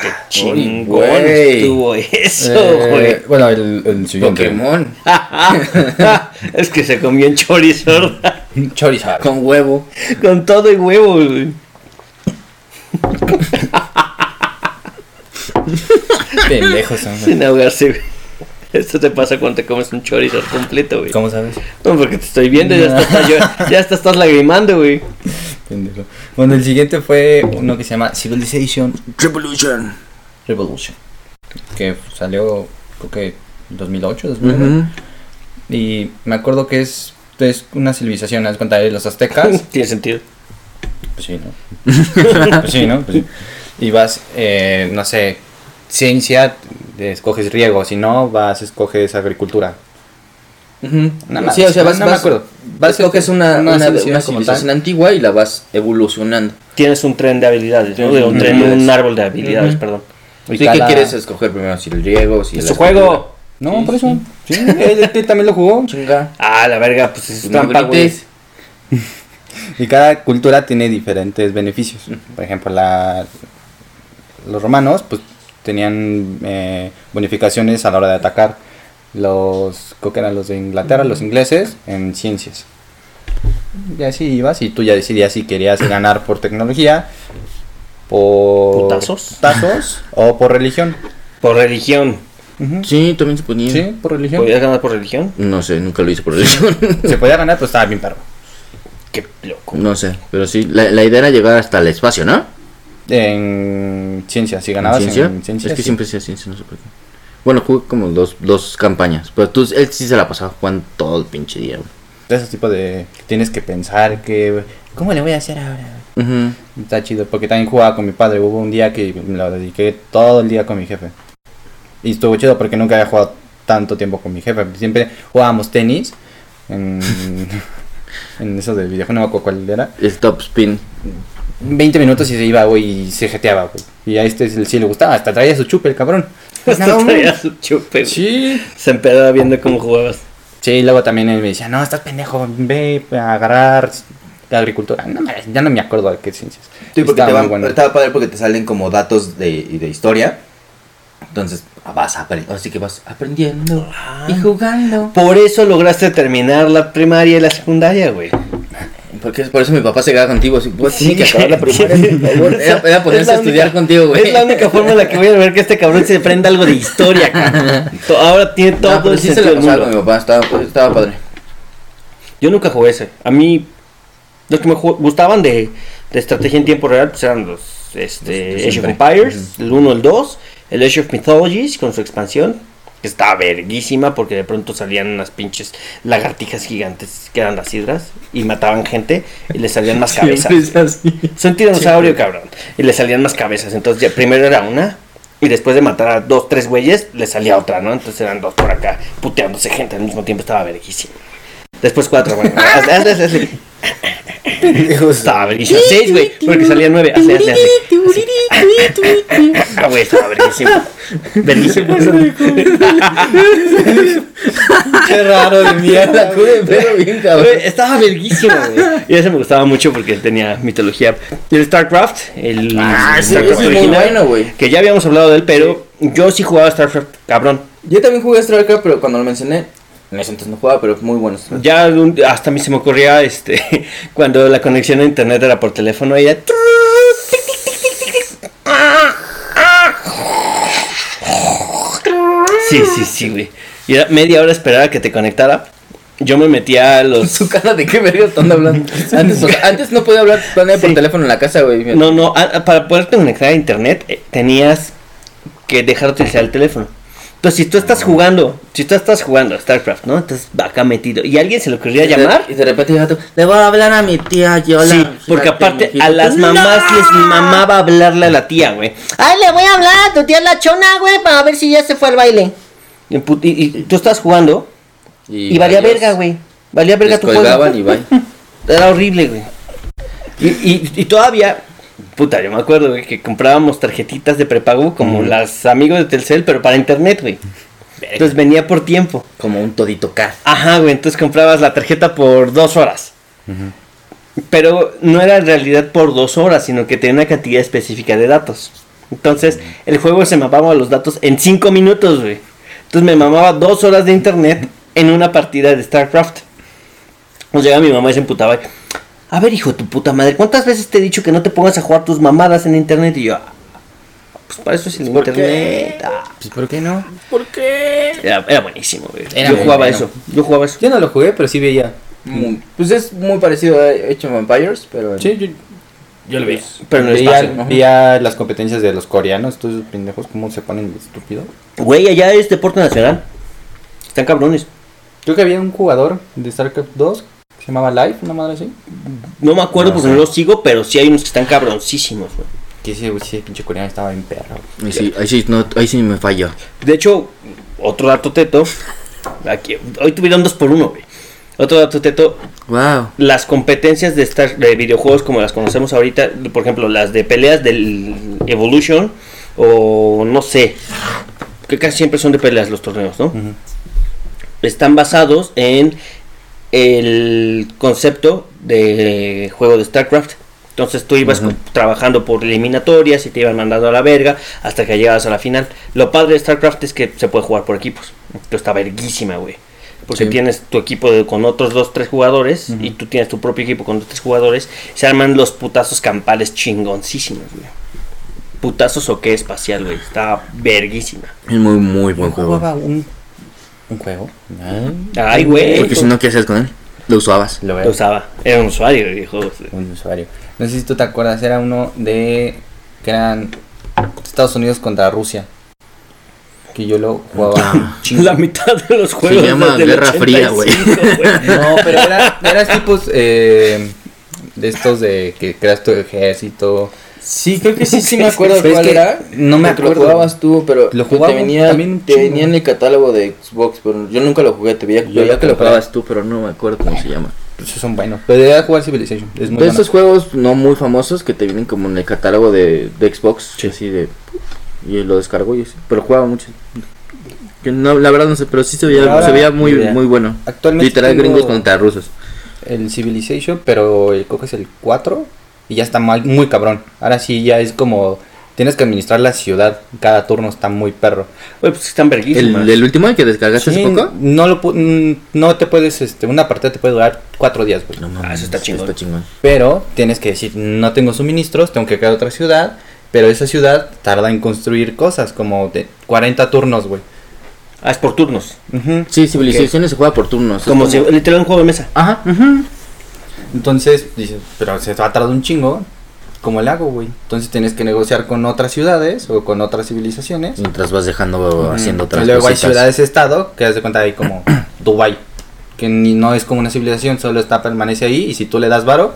Speaker 3: Qué chingón
Speaker 4: güey.
Speaker 3: estuvo eso,
Speaker 1: Ah, Eh,
Speaker 3: güey. [laughs]
Speaker 1: bueno, el, el siguiente.
Speaker 4: Pokémon.
Speaker 3: es que se comió un Charizard
Speaker 1: [laughs] Charizard.
Speaker 4: Con huevo.
Speaker 3: con todo y huevo, güey.
Speaker 1: Pendejos son.
Speaker 4: [laughs]
Speaker 1: güey.
Speaker 3: Sin ahogarse, güey. Esto te pasa cuando te comes un chorizo completo, güey.
Speaker 1: ¿Cómo sabes?
Speaker 3: No, porque te estoy viendo, ya estás, estás llor- ya hasta estás lagrimando, güey.
Speaker 1: Pendejo. Bueno, el siguiente fue uno que se llama Civilization
Speaker 4: Revolution.
Speaker 1: Revolution. Que salió, creo que 2008, 2009. Y me acuerdo que es, es una civilización, haz de cuenta de los
Speaker 4: [laughs]
Speaker 1: aztecas.
Speaker 3: [laughs] Tiene sentido.
Speaker 1: Pues sí, ¿no? pues sí, ¿no? Pues sí. Y vas, eh, no sé, ciencia, eh, escoges riego, si no, vas, escoges agricultura. Nada más.
Speaker 4: Sí, o sea, vas,
Speaker 1: No me
Speaker 4: vas-
Speaker 1: acuerdo.
Speaker 4: vas- creo que es una,
Speaker 1: una
Speaker 4: una, una
Speaker 1: civilización como
Speaker 4: civilización
Speaker 1: tal.
Speaker 4: antigua y la vas evolucionando.
Speaker 3: Tienes un tren de habilidades, ¿no?
Speaker 4: Tienes
Speaker 3: un
Speaker 4: un
Speaker 3: tren,
Speaker 4: habilidades.
Speaker 3: un árbol de habilidades,
Speaker 4: Ujú.
Speaker 3: perdón.
Speaker 1: Y
Speaker 4: ¿Y qué
Speaker 1: cada-
Speaker 4: quieres escoger primero? Si el riego, si
Speaker 3: ¡Es
Speaker 4: la
Speaker 3: su juego!
Speaker 4: escultura.
Speaker 1: No,
Speaker 4: Sí,
Speaker 1: por eso. Sí, [laughs] él, él también lo jugó.
Speaker 4: Chinga.
Speaker 3: Ah, la verga, pues es
Speaker 4: No
Speaker 3: trampa, güey.
Speaker 4: grites.
Speaker 1: Y cada cultura tiene diferentes beneficios. Por ejemplo, la, los romanos pues tenían eh, bonificaciones a la hora de atacar. Los, creo que eran los de Inglaterra, los ingleses, en ciencias. Y así ibas y tú ya decidías si querías ganar por tecnología, por
Speaker 3: Putazos.
Speaker 1: putazos o por religión.
Speaker 3: Por religión.
Speaker 1: Ujú.
Speaker 4: Sí, también se ponía.
Speaker 1: Sí, por religión.
Speaker 3: ¿Podías ganar por religión?
Speaker 4: No sé, nunca lo hice por [laughs] eso.
Speaker 1: Se podía ganar, pero estaba bien perro.
Speaker 3: Qué loco.
Speaker 4: no sé, pero sí, la, la idea era llegar hasta el espacio, ¿no?
Speaker 1: En ciencias, si
Speaker 4: ¿En
Speaker 1: ganabas en
Speaker 4: ciencia?
Speaker 1: ciencias.
Speaker 4: es que
Speaker 1: sí.
Speaker 4: siempre hacía ciencia, no sé por qué. Bueno, jugué como dos, dos campañas, pero tú, él sí se la pasaba jugando todo el pinche día. güey.
Speaker 1: De ese tipo de. Tienes que pensar que. ¿Cómo le voy a hacer ahora?
Speaker 4: Ujú.
Speaker 1: Está chido, porque también jugaba con mi padre. Hubo un día que me lo dediqué todo el día con mi jefe. Y estuvo chido porque nunca había jugado tanto tiempo con mi jefe. Siempre jugábamos tenis en, [laughs] en eso del videojuego, no me acuerdo cuál era.
Speaker 4: El top spin.
Speaker 1: 20 minutos y se iba, güey, y se jeteaba, güey. Y a este sí le gustaba, hasta traía su chupe el cabrón.
Speaker 3: [laughs] Hasta
Speaker 1: [laughs] No,
Speaker 3: traía su chupe. güey.
Speaker 1: Sí,
Speaker 3: Se empedaba viendo cómo jugabas.
Speaker 1: Sí, y luego también él me decía, no, estás pendejo, ve a agarrar la agricultura. No, mames, ya no me acuerdo de qué ciencias.
Speaker 5: Sí, porque
Speaker 1: Estaba
Speaker 5: te
Speaker 1: muy
Speaker 5: van,
Speaker 1: bueno.
Speaker 5: estaba padre porque te salen como datos de, y de historia. Entonces ah, vas aprendiendo. Así que vas aprendiendo y
Speaker 4: Ah.
Speaker 5: jugando.
Speaker 3: Por eso lograste terminar la primaria y la secundaria, güey.
Speaker 4: Porque es por eso mi papá se quedaba contigo. Así, "Vos tienes que acabar
Speaker 5: [laughs]
Speaker 4: la primaria, por favor". Era, era
Speaker 3: a
Speaker 4: ponerse a estudiar contigo, güey.
Speaker 3: Es la única forma en la que voy a ver que este cabrón se aprenda algo de historia, cabrón. To- Ahora tiene todo
Speaker 4: No, pero
Speaker 3: el
Speaker 4: sí se
Speaker 3: sentido
Speaker 4: la
Speaker 3: del
Speaker 4: pasaba con mi
Speaker 3: mundo.
Speaker 4: papá, estaba, estaba [laughs] padre.
Speaker 3: Yo nunca jugué ese. A mí, los que me ju- gustaban de, de estrategia en tiempo real pues eran los este,
Speaker 4: Los de
Speaker 3: Age of
Speaker 4: siempre.
Speaker 3: Empires, el 1, el 2, el Age of Mythologies con su expansión, que estaba verguísima porque de pronto salían unas pinches lagartijas gigantes que eran las hidras y mataban gente y les salían más cabezas. Son tiranosaurio, cabrón. Y le salían más cabezas. Entonces, ya, primero era una. Y después de matar a dos, tres güeyes, le salía otra, ¿no? Entonces eran dos por acá, puteándose gente al mismo tiempo. Estaba verguísima. Después cuatro,
Speaker 4: [laughs]
Speaker 3: bueno. hazle, hazle, hazle, hazle. Estaba verguísima. Seis, güey. Porque salía nueve. Hazle, hazle, hazle. Así. Ah, güey, estaba verguísima. Verguísima.
Speaker 1: Qué raro de mierda, güey.
Speaker 4: Pero bien, cabrón.
Speaker 3: Güey, Estaba verguísima, güey. Y ese me gustaba mucho porque tenía mitología. Y el StarCraft, el
Speaker 4: Ah, sí,
Speaker 3: StarCraft
Speaker 4: ese es muy bueno, güey.
Speaker 3: Que ya habíamos hablado de él, pero yo sí jugaba StarCraft, cabrón.
Speaker 4: Yo también jugué a StarCraft, pero cuando lo mencioné, en ese entonces no jugaba, pero es muy
Speaker 3: [laughs]
Speaker 4: bueno. StarCraft.
Speaker 3: Ya un- hasta a mí se me ocurría, este, [laughs] cuando la conexión a internet era por teléfono, ella... ah, Sí, sí, sí, güey. Y era media hora esperar a que te conectara. Yo me metía a los...
Speaker 4: [laughs] Su cara de qué verga están hablando. Antes, o sea, antes no podía hablar con nadie por
Speaker 3: Sí.
Speaker 4: teléfono en la casa, güey.
Speaker 3: No, no, a- a- para poderte conectar a internet eh, tenías que dejar de utilizar el teléfono. Entonces, si tú estás jugando, si tú estás jugando a StarCraft, ¿no? Entonces, acá metido. ¿Y a alguien se le ocurría
Speaker 4: Y de-
Speaker 3: llamar?
Speaker 4: Y de repente llega tú, le voy a hablar a mi tía Yola.
Speaker 3: Sí, porque aparte a las mamás les mamaba hablarle a la tía, güey.
Speaker 6: Ay, le voy a hablar a tu tía la chona, güey, para ver si ya se fue al baile.
Speaker 3: Y, pu- y- y tú estás jugando y, valía
Speaker 4: adiós.
Speaker 3: verga, güey. Valía verga
Speaker 4: Les
Speaker 3: tu juego.
Speaker 4: colgaban
Speaker 3: [laughs]
Speaker 4: y bye.
Speaker 3: Era horrible, güey. Y, y- y todavía, puta, yo me acuerdo, güey, que comprábamos tarjetitas de prepago como las amigos de Telcel, pero para internet, güey. Entonces venía por tiempo.
Speaker 4: Como un todito K.
Speaker 3: Ajá, güey, entonces comprabas la tarjeta por dos horas. Pero no era en realidad por dos horas, sino que tenía una cantidad específica de datos. Entonces, el juego se mamaba los datos en cinco minutos, güey. Entonces me mamaba dos horas de internet en una partida de StarCraft. Nos llega mi mamá y se emputaba. A ver, hijo de tu puta madre, ¿cuántas veces te he dicho que no te pongas a jugar tus mamadas en internet? Y yo, "Ah, Pues para eso es el
Speaker 4: ¿Por qué?
Speaker 3: internet. Ah,
Speaker 1: Pues, ¿Por qué no?
Speaker 4: ¿Por qué?
Speaker 3: era, era buenísimo, güey.
Speaker 1: Era
Speaker 3: yo
Speaker 1: muy
Speaker 3: jugaba
Speaker 1: bueno.
Speaker 3: eso. Yo jugaba eso.
Speaker 1: Yo no lo jugué, pero sí veía.
Speaker 4: pues es muy parecido a Age of Vampires, pero.
Speaker 1: Sí, yo
Speaker 3: Yo lo veía. Pero en el
Speaker 1: veía,
Speaker 3: espacio.
Speaker 1: veía las competencias de los coreanos, todos esos pendejos, cómo se ponen de estúpido.
Speaker 3: Güey, allá es deporte nacional. Están cabrones.
Speaker 1: Creo que había un jugador de StarCraft 2 que se llamaba Life, una madre así.
Speaker 3: No me acuerdo
Speaker 1: No
Speaker 3: porque
Speaker 1: sé.
Speaker 3: no los sigo, pero sí hay unos que están cabroncísimos, güey.
Speaker 1: Que ese, ese pinche coreano estaba bien perro.
Speaker 4: Ahí sí, ahí sí, no, ahí sí me falló.
Speaker 3: De hecho, otro dato teto. Aquí, hoy tuvieron dos por uno, güey. Otro dato teto.
Speaker 4: Wow.
Speaker 3: Las competencias de, Star- de videojuegos como las conocemos ahorita, por ejemplo, las de peleas del Evolution o no sé, que casi siempre son de peleas los torneos, ¿no? Están basados en el concepto de juego de StarCraft. Entonces tú ibas co- trabajando por eliminatorias y te iban mandando a la verga hasta que llegabas a la final. Lo padre de StarCraft es que se puede jugar por equipos. Esto está verguísima, güey. Porque
Speaker 4: Sí.
Speaker 3: tienes tu equipo de- con otros dos, tres jugadores y tú tienes tu propio equipo con otros tres jugadores. Se arman los putazos campales chingoncísimos, güey. Putazos o qué espacial, güey. Está verguísima.
Speaker 4: Es muy, muy buen juego.
Speaker 1: Jugaba un, un juego. Ah,
Speaker 3: Ay, güey.
Speaker 4: Porque si no, ¿qué hacías con él? Lo usabas.
Speaker 1: Lo
Speaker 3: Lo
Speaker 1: veo.
Speaker 3: usaba. Era un usuario de videojuegos, güey.
Speaker 1: Un usuario. No sé si tú te acuerdas, era uno de. que eran Estados Unidos contra Rusia. Que yo lo jugaba un chingo.
Speaker 3: La mitad de los juegos
Speaker 4: llama
Speaker 3: desde el
Speaker 4: Guerra Fría,
Speaker 3: 85, güey.
Speaker 1: No, pero era, eras tipos eh, de estos de que creas tu ejército.
Speaker 4: Sí, creo que sí, sí me acuerdo
Speaker 1: Pero [laughs] es
Speaker 4: cuál
Speaker 1: que
Speaker 4: era.
Speaker 1: no me
Speaker 4: Porque
Speaker 1: acuerdo.
Speaker 4: Lo jugabas tú, pero
Speaker 1: Lo
Speaker 4: te
Speaker 1: jugaba
Speaker 4: venía,
Speaker 1: también un
Speaker 4: te
Speaker 1: chingo.
Speaker 4: venía en el catálogo de Xbox, pero yo nunca lo jugué, te veía,
Speaker 1: Yo
Speaker 4: veía
Speaker 1: lo
Speaker 4: que lo
Speaker 1: compré.
Speaker 4: jugabas tú, pero no me acuerdo cómo se llama.
Speaker 1: Pues son buenos. Pero debería jugar Civilization. Es muy
Speaker 4: de
Speaker 1: bueno.
Speaker 4: esos juegos no muy famosos que te vienen como en el catálogo de, de Xbox, así de y lo descargo y así, pero jugaba mucho. Que no, la verdad no sé, pero sí se veía,
Speaker 1: Ahora,
Speaker 4: se veía muy,
Speaker 1: idea.
Speaker 4: muy bueno.
Speaker 1: Actualmente
Speaker 4: Literal
Speaker 1: tengo-
Speaker 4: gringos contra rusos.
Speaker 1: El Civilization, pero el coges el 4 y ya está mal- muy cabrón. Ahora sí ya es como. Tienes que administrar la ciudad. Cada turno está muy perro.
Speaker 3: Güey, pues están
Speaker 4: El,
Speaker 3: verguísimas.
Speaker 4: el último que descargaste
Speaker 1: Sí,
Speaker 4: hace poco.
Speaker 1: No, lo, pu- mm, no te puedes. este Una partida te puede durar 4 días, güey.
Speaker 4: No
Speaker 3: Ah, eso está chingón.
Speaker 1: Pero tienes que decir, no tengo suministros, tengo que crear otra ciudad. Pero esa ciudad tarda en construir cosas, como de 40 turnos, güey.
Speaker 3: Ah, es por turnos.
Speaker 1: Ujú.
Speaker 4: Sí, civilizaciones se juega por turnos. es
Speaker 3: Como si literal un juego de mesa.
Speaker 4: Ajá.
Speaker 1: Entonces, dices, pero se va a tardar un chingo. ¿Cómo le hago, güey? Entonces tienes que negociar con otras ciudades o con otras civilizaciones.
Speaker 4: Mientras vas dejando haciendo otras
Speaker 1: Y Mm, luego hay
Speaker 4: cositas.
Speaker 1: ciudades-estado, que haz de cuenta ahí
Speaker 4: [clears throat]
Speaker 1: como Dubai que ni, no es como una civilización, solo está permanece ahí y si tú le das varo,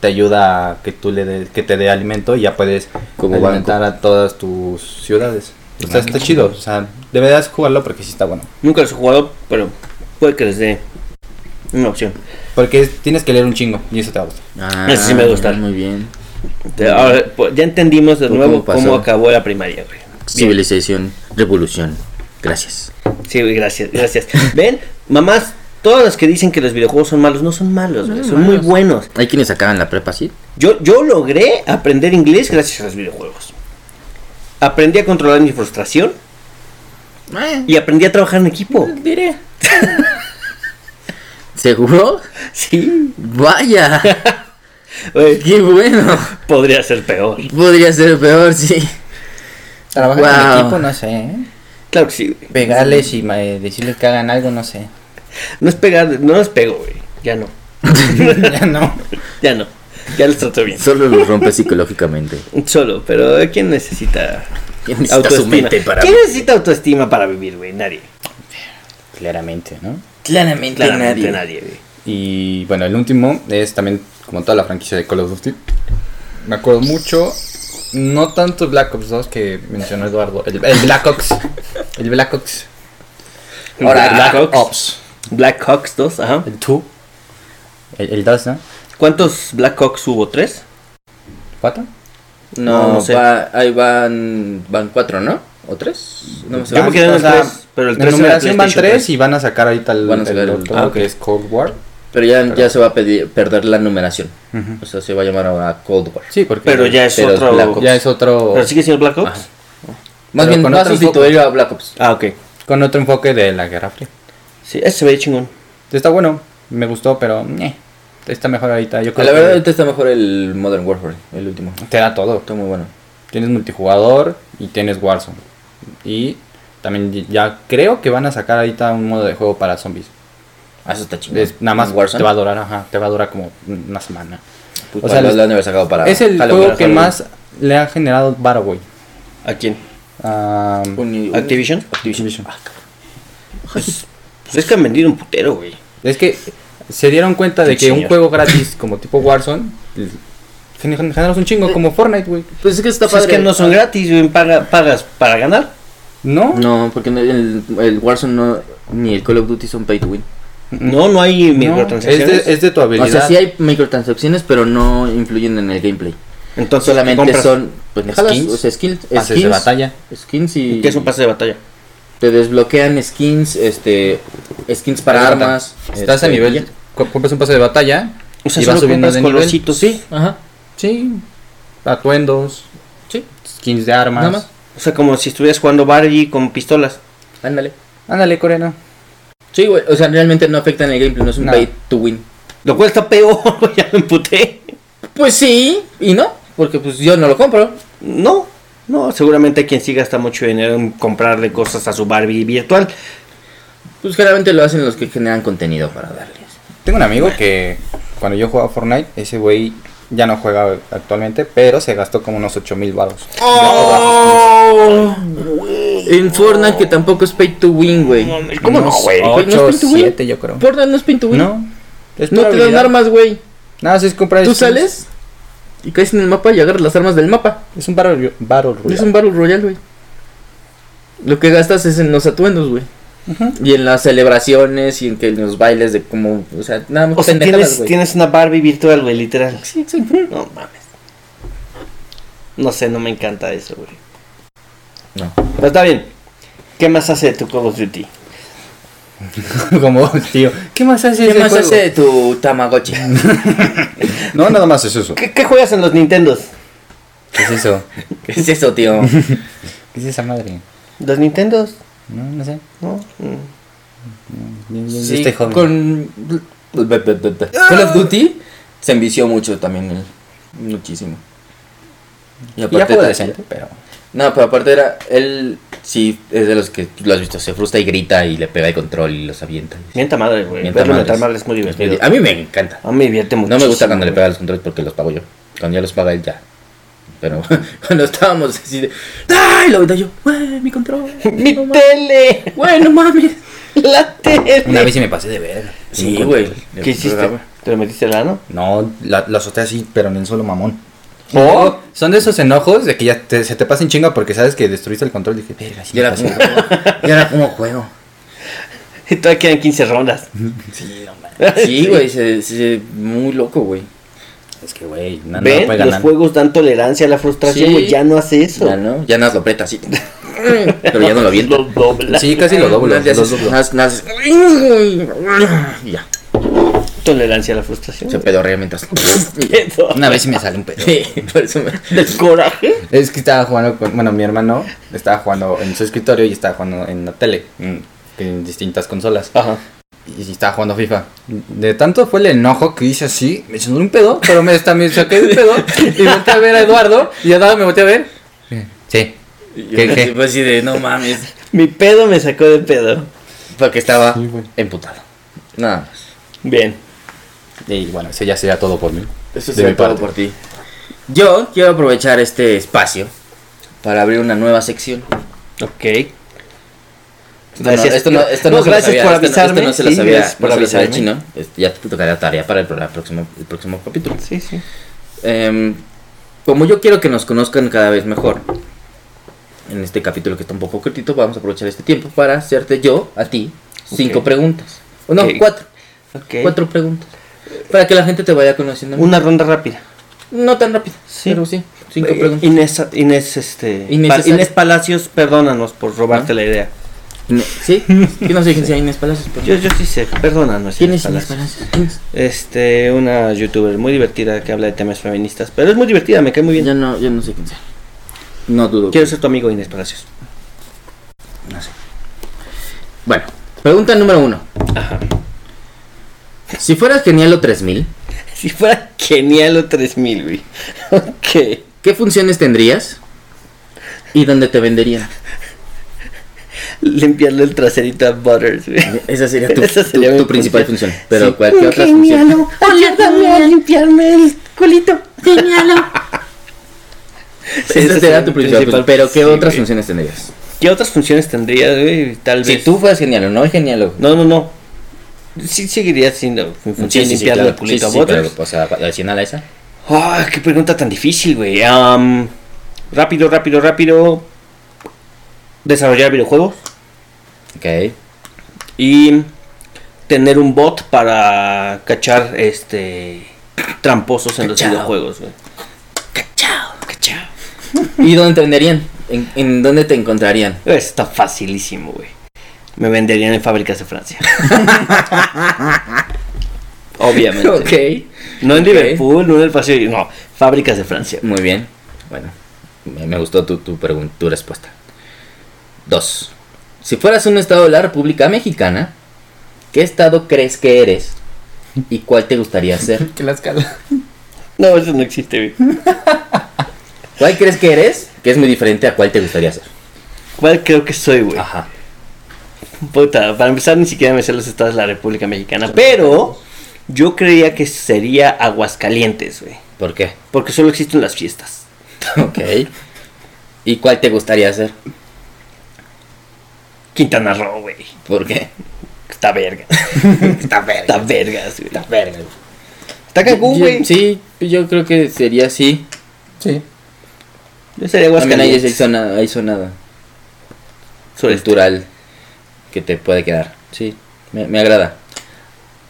Speaker 1: te ayuda a que tú le des- que te dé alimento y ya puedes
Speaker 4: Como
Speaker 1: alimentar a todas tus ciudades. O sea, está chido, o sea, deberías jugarlo porque sí está bueno.
Speaker 3: Nunca los he jugado, pero puede que les dé una opción.
Speaker 1: Porque es- tienes que leer un chingo y eso te va a gustar.
Speaker 4: Ah,
Speaker 3: Ese sí me gusta.
Speaker 4: Muy bien.
Speaker 3: Te- ahora, pues, ya entendimos de
Speaker 4: ¿Cómo
Speaker 3: nuevo
Speaker 4: pasó?
Speaker 3: cómo acabó la primaria, güey.
Speaker 4: Civilización, revolución. Gracias.
Speaker 3: Sí, güey, gracias, gracias. ¿Ven? Mamás, todas las que dicen que los videojuegos son malos, no son malos, güey. son muy buenos.
Speaker 4: Hay quienes acaban la prepa así.
Speaker 3: Yo, yo logré aprender inglés gracias a los videojuegos. Aprendí a controlar mi frustración y aprendí a trabajar en equipo.
Speaker 4: ¿Seguro?
Speaker 3: Sí, [laughs]
Speaker 4: Vaya.
Speaker 3: güey,
Speaker 4: Qué bueno.
Speaker 3: podría ser peor.
Speaker 4: Podría ser peor, sí.
Speaker 1: Trabajar
Speaker 4: Wow.
Speaker 1: en equipo, no sé, ¿eh?
Speaker 3: Claro que sí, güey.
Speaker 1: pegarles y ma- eh, decirles que hagan algo, no
Speaker 4: [laughs]
Speaker 1: sé. [laughs]
Speaker 3: No es pegar, no es pego, güey. Ya no,
Speaker 1: ya no.
Speaker 3: ya no. Ya los trato bien.
Speaker 4: Solo los rompe psicológicamente.
Speaker 3: Solo, pero eh, ¿quién necesita
Speaker 4: ¿Quién necesita su
Speaker 3: autoestima?
Speaker 4: mente para
Speaker 3: ¿Quién necesita autoestima para vivir, güey? Nadie.
Speaker 1: Claramente, ¿no?
Speaker 5: Claramente,
Speaker 3: Claramente
Speaker 5: nadie.
Speaker 3: nadie, güey.
Speaker 1: Y bueno, el último es también como toda la franquicia de Call of Duty. Me acuerdo mucho, no tanto Black Ops 2 que mencionó Eduardo, el, el Black Ops. El Black Ops.
Speaker 3: Ahora, Black Ops.
Speaker 1: Ops.
Speaker 3: Black Hawks 2, ajá.
Speaker 1: El 2. El, el 2, ¿no?
Speaker 3: ¿Cuántos Black Hawks hubo? ¿Tres?
Speaker 1: ¿Cuatro?
Speaker 4: No,
Speaker 3: No, no sé.
Speaker 4: va- ahí van, van cuatro, ¿no? ¿O tres? No me
Speaker 3: Yo me quedé en
Speaker 1: o
Speaker 3: el
Speaker 1: sea,
Speaker 3: 3, pero el
Speaker 1: Ah,
Speaker 3: 3
Speaker 1: En
Speaker 3: era
Speaker 1: numeración van
Speaker 3: PlayStation
Speaker 1: 3 y van a sacar ahorita el,
Speaker 4: Van a sacar
Speaker 1: el
Speaker 4: el-
Speaker 1: otro
Speaker 4: ah, ok.
Speaker 1: que es Cold War.
Speaker 4: Pero ya, ya se va a pedir- perder la numeración. O sea, se va a llamar ahora Cold War.
Speaker 1: Sí, porque
Speaker 3: Pero ya es
Speaker 4: Pero es
Speaker 3: otro.
Speaker 4: Black Ops.
Speaker 1: ya es otro
Speaker 3: ¿Pero sigue siendo Black Ops?
Speaker 4: Más
Speaker 1: Pero
Speaker 4: bien,
Speaker 1: con
Speaker 4: va a
Speaker 1: otro enfoque.
Speaker 4: sustituir a Black Ops.
Speaker 3: Ah, ok.
Speaker 1: con otro enfoque de la Guerra Fría.
Speaker 3: Sí, ese se ve chingón.
Speaker 1: Está bueno, me gustó, pero eh, está mejor ahorita. Yo
Speaker 4: A
Speaker 1: creo
Speaker 4: la
Speaker 1: que
Speaker 4: verdad, ahorita está mejor el Modern Warfare, el último.
Speaker 1: te da todo.
Speaker 4: Está muy bueno.
Speaker 1: Tienes multijugador y tienes Warzone. Y también ya creo que van a sacar ahorita un modo de juego para zombies.
Speaker 4: Ah, eso está chingón.
Speaker 1: Es- nada más
Speaker 4: Warzone.
Speaker 1: te va a durar, ajá, te va a durar como una semana.
Speaker 4: Puta,
Speaker 1: o sea,
Speaker 4: lo,
Speaker 1: les-
Speaker 4: lo han de haber sacado para.
Speaker 1: es el
Speaker 4: Halloween,
Speaker 1: juego que
Speaker 4: Halloween.
Speaker 1: más le ha generado varo, güey.
Speaker 3: ¿A quién?
Speaker 1: Ah,
Speaker 4: Un- Ah, un-
Speaker 3: ¿Activision?
Speaker 1: Activision.
Speaker 3: Pues, pues es que han vendido un putero, güey.
Speaker 1: Es que se dieron cuenta de
Speaker 3: Sí,
Speaker 1: que un
Speaker 3: señor.
Speaker 1: juego
Speaker 4: [coughs]
Speaker 1: gratis como tipo Warzone gen- generas un chingo como Fortnite, güey.
Speaker 5: Pues es que está
Speaker 3: Pues es que no son gratis, güey. paga- pagas para ganar.
Speaker 1: ¿No?
Speaker 4: No, porque no- el, el Warzone no, ni el Call of Duty son pay to win.
Speaker 3: No, no hay
Speaker 1: No, es,
Speaker 3: microtransacciones.
Speaker 1: de, es de tu habilidad.
Speaker 4: O sea, sí hay microtransacciones, pero no influyen en el gameplay.
Speaker 3: Entonces
Speaker 4: Solamente
Speaker 3: compras-
Speaker 4: son pues,
Speaker 1: Skins,
Speaker 4: skins, o sea, skins,
Speaker 1: pases de
Speaker 4: skins,
Speaker 1: batalla.
Speaker 4: skins y
Speaker 3: ¿Qué es un pase de batalla?
Speaker 4: te desbloquean skins, este, skins para
Speaker 1: Aguanta.
Speaker 4: armas.
Speaker 1: Estás
Speaker 4: este,
Speaker 1: a nivel.
Speaker 4: ya.
Speaker 1: co- Compras un pase de batalla.
Speaker 3: O sea,
Speaker 1: y vas
Speaker 3: solo
Speaker 1: subiendo
Speaker 3: compras
Speaker 1: de nivel.
Speaker 3: colorcitos, sí.
Speaker 4: Ajá.
Speaker 1: Sí. Atuendos. Sí. Skins de armas.
Speaker 4: Nada más.
Speaker 3: O sea, como si estuvieras jugando Barbie con pistolas.
Speaker 4: Ándale.
Speaker 1: Ándale, coreano.
Speaker 4: Sí, güey. O sea, realmente no afectan el gameplay, no es un
Speaker 1: No.
Speaker 4: pay to win.
Speaker 3: Lo cual está peor, [laughs] güey, ya me emputé.
Speaker 4: Pues sí y no, porque pues yo no lo compro.
Speaker 3: No, no, seguramente hay quien sí gasta mucho dinero en comprarle cosas a su Barbie virtual.
Speaker 4: Pues generalmente lo hacen los que generan contenido para darles.
Speaker 1: Tengo un amigo que cuando yo jugaba Fortnite, ese güey ya no juega actualmente, pero se gastó como unos 8 mil baros.
Speaker 3: Oh,
Speaker 4: En Fortnite que tampoco es pay to win, güey.
Speaker 3: ¿Cómo no, güey?
Speaker 4: ¿No es pay to win?
Speaker 1: 7 yo creo.
Speaker 4: Fortnite no es pay to win.
Speaker 1: No. Es
Speaker 4: No
Speaker 1: pura
Speaker 4: te dan
Speaker 1: habilidad.
Speaker 4: armas, güey.
Speaker 1: Nada, si es comprar
Speaker 4: Tú
Speaker 1: skins.
Speaker 4: sales y caes en el mapa y agarras las armas del mapa.
Speaker 1: Es un Battle, battle Royale.
Speaker 4: Es un Battle Royale, güey. Lo que gastas es en los atuendos, güey. Y en las celebraciones y en que en los bailes de como, o sea, nada más
Speaker 3: O sea,
Speaker 4: pendejadas,
Speaker 3: tienes,
Speaker 4: güey.
Speaker 3: tienes una Barbie virtual, güey, literal.
Speaker 4: Sí, exacto.
Speaker 3: No mames. No sé, no me encanta eso, güey.
Speaker 4: No.
Speaker 3: Pero está bien. ¿Qué más hace tu Call of Duty?
Speaker 1: [laughs] Como, tío, ¿qué más hace
Speaker 4: ¿Qué
Speaker 1: ese
Speaker 4: más
Speaker 1: juego?
Speaker 4: hace de tu Tamagotchi? [laughs]
Speaker 1: No, nada más es eso.
Speaker 3: ¿Qué, qué juegas en los Nintendos?
Speaker 1: ¿Qué es eso?
Speaker 4: ¿Qué es eso, tío?
Speaker 1: ¿Qué es esa madre?
Speaker 3: ¿Los Nintendos?
Speaker 1: No, no sé.
Speaker 3: ¿No? Mm.
Speaker 1: Yo, yo- yo
Speaker 4: Sí,
Speaker 1: estoy joven.
Speaker 4: con Call of Duty se envició mucho también, güey. muchísimo.
Speaker 1: Y
Speaker 4: Y
Speaker 1: ya
Speaker 4: aparte
Speaker 1: juego
Speaker 4: ta-
Speaker 1: decente, pero...
Speaker 4: No, pero aparte era él sí es de los que tú lo has visto, se frustra y grita y le pega el control y los avienta.
Speaker 3: Mienta madre, güey.
Speaker 4: Mienta
Speaker 3: Verlo
Speaker 4: madres.
Speaker 3: metal madre es muy divertido.
Speaker 4: A mí me encanta.
Speaker 3: A mí me divierte mucho.
Speaker 4: No me gusta cuando le pega los controles porque los pago yo. Cuando ya los paga él ya. Pero [laughs] cuando estábamos así de ¡Ay! Lo aventó yo, güey,
Speaker 3: [laughs]
Speaker 4: mi control.
Speaker 3: ¡Mi tele! [laughs]
Speaker 1: [laughs]
Speaker 4: Güey, no mames.
Speaker 3: ¡La tele!
Speaker 1: Una vez sí me pasé de ver.
Speaker 4: Sí, güey.
Speaker 3: ¿Qué hiciste? ¿Te lo metiste el ano?
Speaker 1: No, la, la azoté así, pero en el solo mamón. O
Speaker 3: ¿Oh?
Speaker 1: son de esos enojos de que ya te- se te pasen chinga porque sabes que destruiste el control. Dije, verga, sí
Speaker 4: Y
Speaker 1: me
Speaker 4: era
Speaker 1: pasé".
Speaker 4: como
Speaker 1: [laughs]
Speaker 4: y era como juego.
Speaker 3: Y todavía quedan 15 rondas.
Speaker 4: [laughs]
Speaker 3: [laughs]
Speaker 4: Sí, güey, se, se- muy loco, güey.
Speaker 1: Es que, güey, no, no
Speaker 3: ¿Ven?
Speaker 1: puede
Speaker 3: Los
Speaker 1: ganar.
Speaker 3: juegos dan tolerancia a la frustración,
Speaker 4: pues, Sí.
Speaker 3: güey. Ya no hace eso.
Speaker 4: Ya no, ya nos lo
Speaker 3: [laughs]
Speaker 4: aprieta así. Pero ya no lo avienta.
Speaker 3: Los dobla.
Speaker 1: Sí, casi lo doblo.
Speaker 4: Nada,
Speaker 1: los
Speaker 4: haces-
Speaker 1: doblo.
Speaker 4: nada- nada haces- Y ya,
Speaker 3: Tolerancia a la frustración. [laughs]
Speaker 4: se pedorrea mientras.
Speaker 3: Eso.
Speaker 1: [laughs] Una vez sí me sale un [laughs] pedo.
Speaker 4: Sí, [laughs] por eso me-
Speaker 3: ¿El coraje?
Speaker 1: Es que estaba jugando con. Bueno, mi hermano estaba jugando en su escritorio y estaba jugando en la tele. En, en distintas consolas.
Speaker 2: Ah.
Speaker 3: Ajá.
Speaker 1: Y estaba jugando FIFA. De tanto fue el enojo que hice así. Me sonó un pedo, pero me, esta- me saqué de pedo. Y volteé a ver a Eduardo. Y Eduardo me volteé a ver. Sí. ¿Qué,
Speaker 4: Y
Speaker 1: qué?
Speaker 4: fue así de no mames.
Speaker 3: Mi pedo me sacó de pedo.
Speaker 4: Porque estaba emputado. Nada más.
Speaker 3: Bien.
Speaker 1: Y bueno, eso ya sería todo por mí.
Speaker 4: Eso
Speaker 1: De mi
Speaker 4: sería todo
Speaker 1: parte.
Speaker 4: por ti. Yo quiero aprovechar este espacio para abrir una nueva sección.
Speaker 3: Ah, Ok.
Speaker 4: No, no, esto no, esto no, se lo
Speaker 3: gracias
Speaker 4: sabía,
Speaker 3: por
Speaker 4: esto no- esto
Speaker 3: avisarme.
Speaker 4: no se lo
Speaker 3: Sí,
Speaker 4: sabía,
Speaker 3: gracias por
Speaker 4: no se lo sabía
Speaker 3: avisarme.
Speaker 4: chino. Este, ya te tocará tarea para el, programa próximo, el próximo capítulo.
Speaker 3: Sí, sí.
Speaker 4: Em, como yo quiero que nos conozcan cada vez mejor, en este capítulo que está un poco cortito, vamos a aprovechar este tiempo para hacerte yo, a ti, cinco
Speaker 3: Ok.
Speaker 4: preguntas. O no,
Speaker 3: Ok.
Speaker 4: cuatro.
Speaker 3: Ok.
Speaker 4: Cuatro preguntas. Para que la gente te vaya conociendo.
Speaker 3: Una ronda rápida.
Speaker 4: No tan rápido,
Speaker 3: Sí.
Speaker 4: pero sí. Cinco
Speaker 3: Eh,
Speaker 4: preguntas.
Speaker 3: Inés, Inés, este,
Speaker 4: Innecesaria.
Speaker 3: Pa- Inés Ah. Palacios, perdónanos por robarte la idea.
Speaker 4: Ne- ¿Sí?
Speaker 3: [laughs]
Speaker 4: Yo no sé quién sea Inés Palacios, pero...
Speaker 3: Yo, yo sí sé, perdónanos.
Speaker 4: ¿Quién
Speaker 3: Inés
Speaker 4: es Inés
Speaker 3: Palacios.
Speaker 4: Palacios? ¿Quién es?
Speaker 3: Este, una youtuber muy divertida que habla de temas feministas, pero es muy divertida, me cae muy bien.
Speaker 4: Yo no, yo no sé quién sea. No dudo.
Speaker 3: Quiero
Speaker 4: que-
Speaker 3: ser tu amigo Inés Palacios.
Speaker 4: Bueno, pregunta número uno.
Speaker 3: Ajá.
Speaker 4: Si fueras genial o 3000,
Speaker 3: Si fuera genial o 3000, güey. [laughs] Ok.
Speaker 4: ¿qué funciones tendrías? ¿Y dónde te venderían?
Speaker 3: Limpiarle el traserito a Butters, güey.
Speaker 4: Esa sería tu,
Speaker 3: Esa sería
Speaker 4: tu-
Speaker 3: mi
Speaker 4: tu principal función. Pero cualquier otra función.
Speaker 6: Genialo, ayúdame a limpiarme el culito.
Speaker 4: [laughs]
Speaker 6: Genialo.
Speaker 4: Esa sería tu principal función. Pero ¿qué
Speaker 3: sí,
Speaker 4: otras
Speaker 3: güey.
Speaker 4: funciones tendrías?
Speaker 3: ¿Qué otras funciones tendrías, güey? Tal
Speaker 4: Si
Speaker 3: vez.
Speaker 4: tú fueras genial, no es genial.
Speaker 3: No, no, no. Sí, seguiría siendo mi función limpiarle el culito a Butters.
Speaker 4: o sea, adicional a esa.
Speaker 3: Ah, qué pregunta tan difícil, güey. Am, rápido, rápido, rápido. Desarrollar videojuegos
Speaker 4: Ok.
Speaker 3: y tener un bot para cachar este tramposos en los
Speaker 4: Cachao.
Speaker 3: videojuegos, güey. Cachao, cachao.
Speaker 4: ¿Y dónde te venderían? ¿En, en dónde te encontrarían?
Speaker 3: Eso Está facilísimo, güey. Me venderían en fábricas de
Speaker 4: [laughs]
Speaker 3: Francia. Obviamente. No en
Speaker 4: ok.
Speaker 3: Liverpool, no en el paseo, no, fábricas de Francia.
Speaker 4: Muy bien. Bueno, me, me gustó tu, tu, pregun- tu respuesta. Dos. Si fueras un estado de la República Mexicana, ¿qué estado crees que eres? ¿Y cuál te gustaría [laughs] ser?
Speaker 2: Que la escala.
Speaker 3: No, eso no existe, güey.
Speaker 4: ¿Cuál crees que eres? Que es muy diferente a cuál te gustaría ser.
Speaker 3: ¿Cuál creo que soy, güey?
Speaker 4: Ajá.
Speaker 3: Puta, para empezar ni siquiera me sé los estados de la República Mexicana, pero yo creía que sería Aguascalientes, güey,
Speaker 4: ¿Por qué? [laughs]
Speaker 3: porque solo existen las fiestas.
Speaker 4: Ok. ¿Y cuál te gustaría ser?
Speaker 3: Quintana Roo, güey.
Speaker 4: ¿Por [laughs] qué?
Speaker 3: Está verga.
Speaker 4: [laughs] Está verga.
Speaker 3: Está vergas, güey.
Speaker 4: Está verga.
Speaker 3: Está Cancún, güey.
Speaker 4: Sí, yo creo que sería así.
Speaker 2: Sí.
Speaker 3: Yo sería
Speaker 4: También hay, hay,
Speaker 3: Aguascalientes.
Speaker 4: zona, hay zona
Speaker 3: Sureste.
Speaker 4: cultural que te puede quedar. Sí, me, me agrada.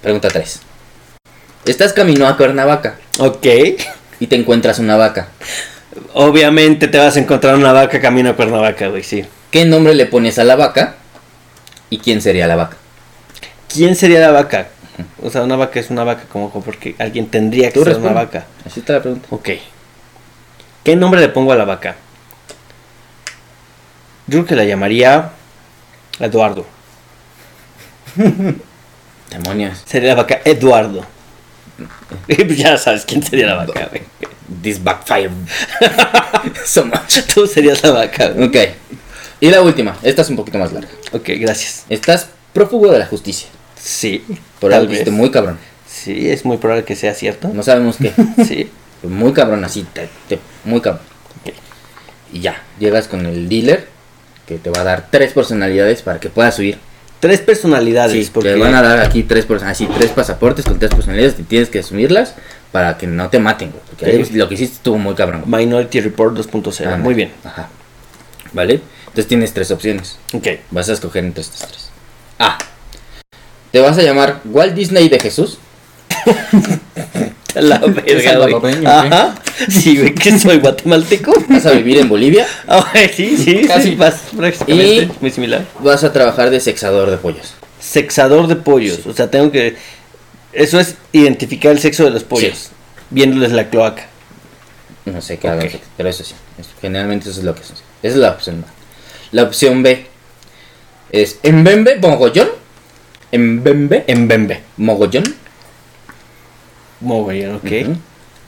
Speaker 4: Pregunta 3. Estás camino a Cuernavaca
Speaker 3: Ok.
Speaker 4: y te encuentras una vaca.
Speaker 3: Obviamente te vas a encontrar una vaca camino a Cuernavaca, güey, sí.
Speaker 4: ¿Qué nombre le pones a la vaca? ¿Y quién sería la vaca?
Speaker 3: ¿Quién sería la vaca? O sea, una vaca es una vaca como porque alguien tendría que
Speaker 4: Tú
Speaker 3: ser una
Speaker 4: responde.
Speaker 3: vaca.
Speaker 4: Así está la pregunta.
Speaker 3: Ok. ¿Qué nombre le pongo a la vaca? Yo creo que la llamaría Eduardo.
Speaker 4: Demonios.
Speaker 3: Sería la vaca Eduardo. [laughs] Y pues ya sabes quién sería la vaca, güey.
Speaker 4: This backfire [laughs] so much.
Speaker 3: Tú serías la vaca, güey.
Speaker 4: Ok. Y la última. Esta es un poquito más larga.
Speaker 3: Ok, gracias.
Speaker 4: Estás prófugo de la justicia.
Speaker 3: Sí.
Speaker 4: Por
Speaker 3: tal
Speaker 4: algo que
Speaker 3: vez.
Speaker 4: hiciste muy cabrón.
Speaker 3: Sí, es muy probable que sea cierto.
Speaker 4: No sabemos qué.
Speaker 3: Sí.
Speaker 4: Muy cabrón, así, te- te- muy cabrón.
Speaker 3: Ok.
Speaker 4: Y ya, llegas con el dealer que te va a dar tres personalidades para que puedas huir.
Speaker 3: Tres personalidades.
Speaker 4: Sí,
Speaker 3: porque
Speaker 4: Te van a dar aquí tres, perso- así, tres pasaportes con tres personalidades y tienes que asumirlas para que no te maten, güey. Porque ahí
Speaker 3: Ok.
Speaker 4: lo que hiciste estuvo muy cabrón. güey.
Speaker 3: Minority Report 2.0.
Speaker 4: Ándale.
Speaker 3: Muy bien.
Speaker 4: Ajá. ¿Vale? Entonces tienes tres opciones. [laughs]
Speaker 3: Ok.
Speaker 4: Vas a escoger entre estas tres. A. Te vas a llamar Walt Disney de Jesús.
Speaker 3: A La verga, güey.
Speaker 2: salvadoreño, ¿qué?
Speaker 3: Ajá. Sí, güey, que soy
Speaker 4: [laughs]
Speaker 3: guatemalteco.
Speaker 4: Vas a vivir en Bolivia.
Speaker 3: Ah, sí, sí,
Speaker 2: Casi.
Speaker 3: sí, vas prácticamente
Speaker 4: Y-
Speaker 3: muy similar.
Speaker 4: Vas a trabajar de sexador de pollos.
Speaker 3: Sexador de pollos, o sea, tengo que... Eso es identificar el sexo de los pollos,
Speaker 4: Sí.
Speaker 3: viéndoles la cloaca.
Speaker 4: No sé qué hagan,
Speaker 3: Ok.
Speaker 4: pero eso sí. eso- generalmente eso es lo que hacen. Esa es la opción A. La opción B es Mbembe Mogollón. Mbembe
Speaker 3: En Bembe.
Speaker 4: Mogollón.
Speaker 3: Mogollón, ok.
Speaker 4: Ujú.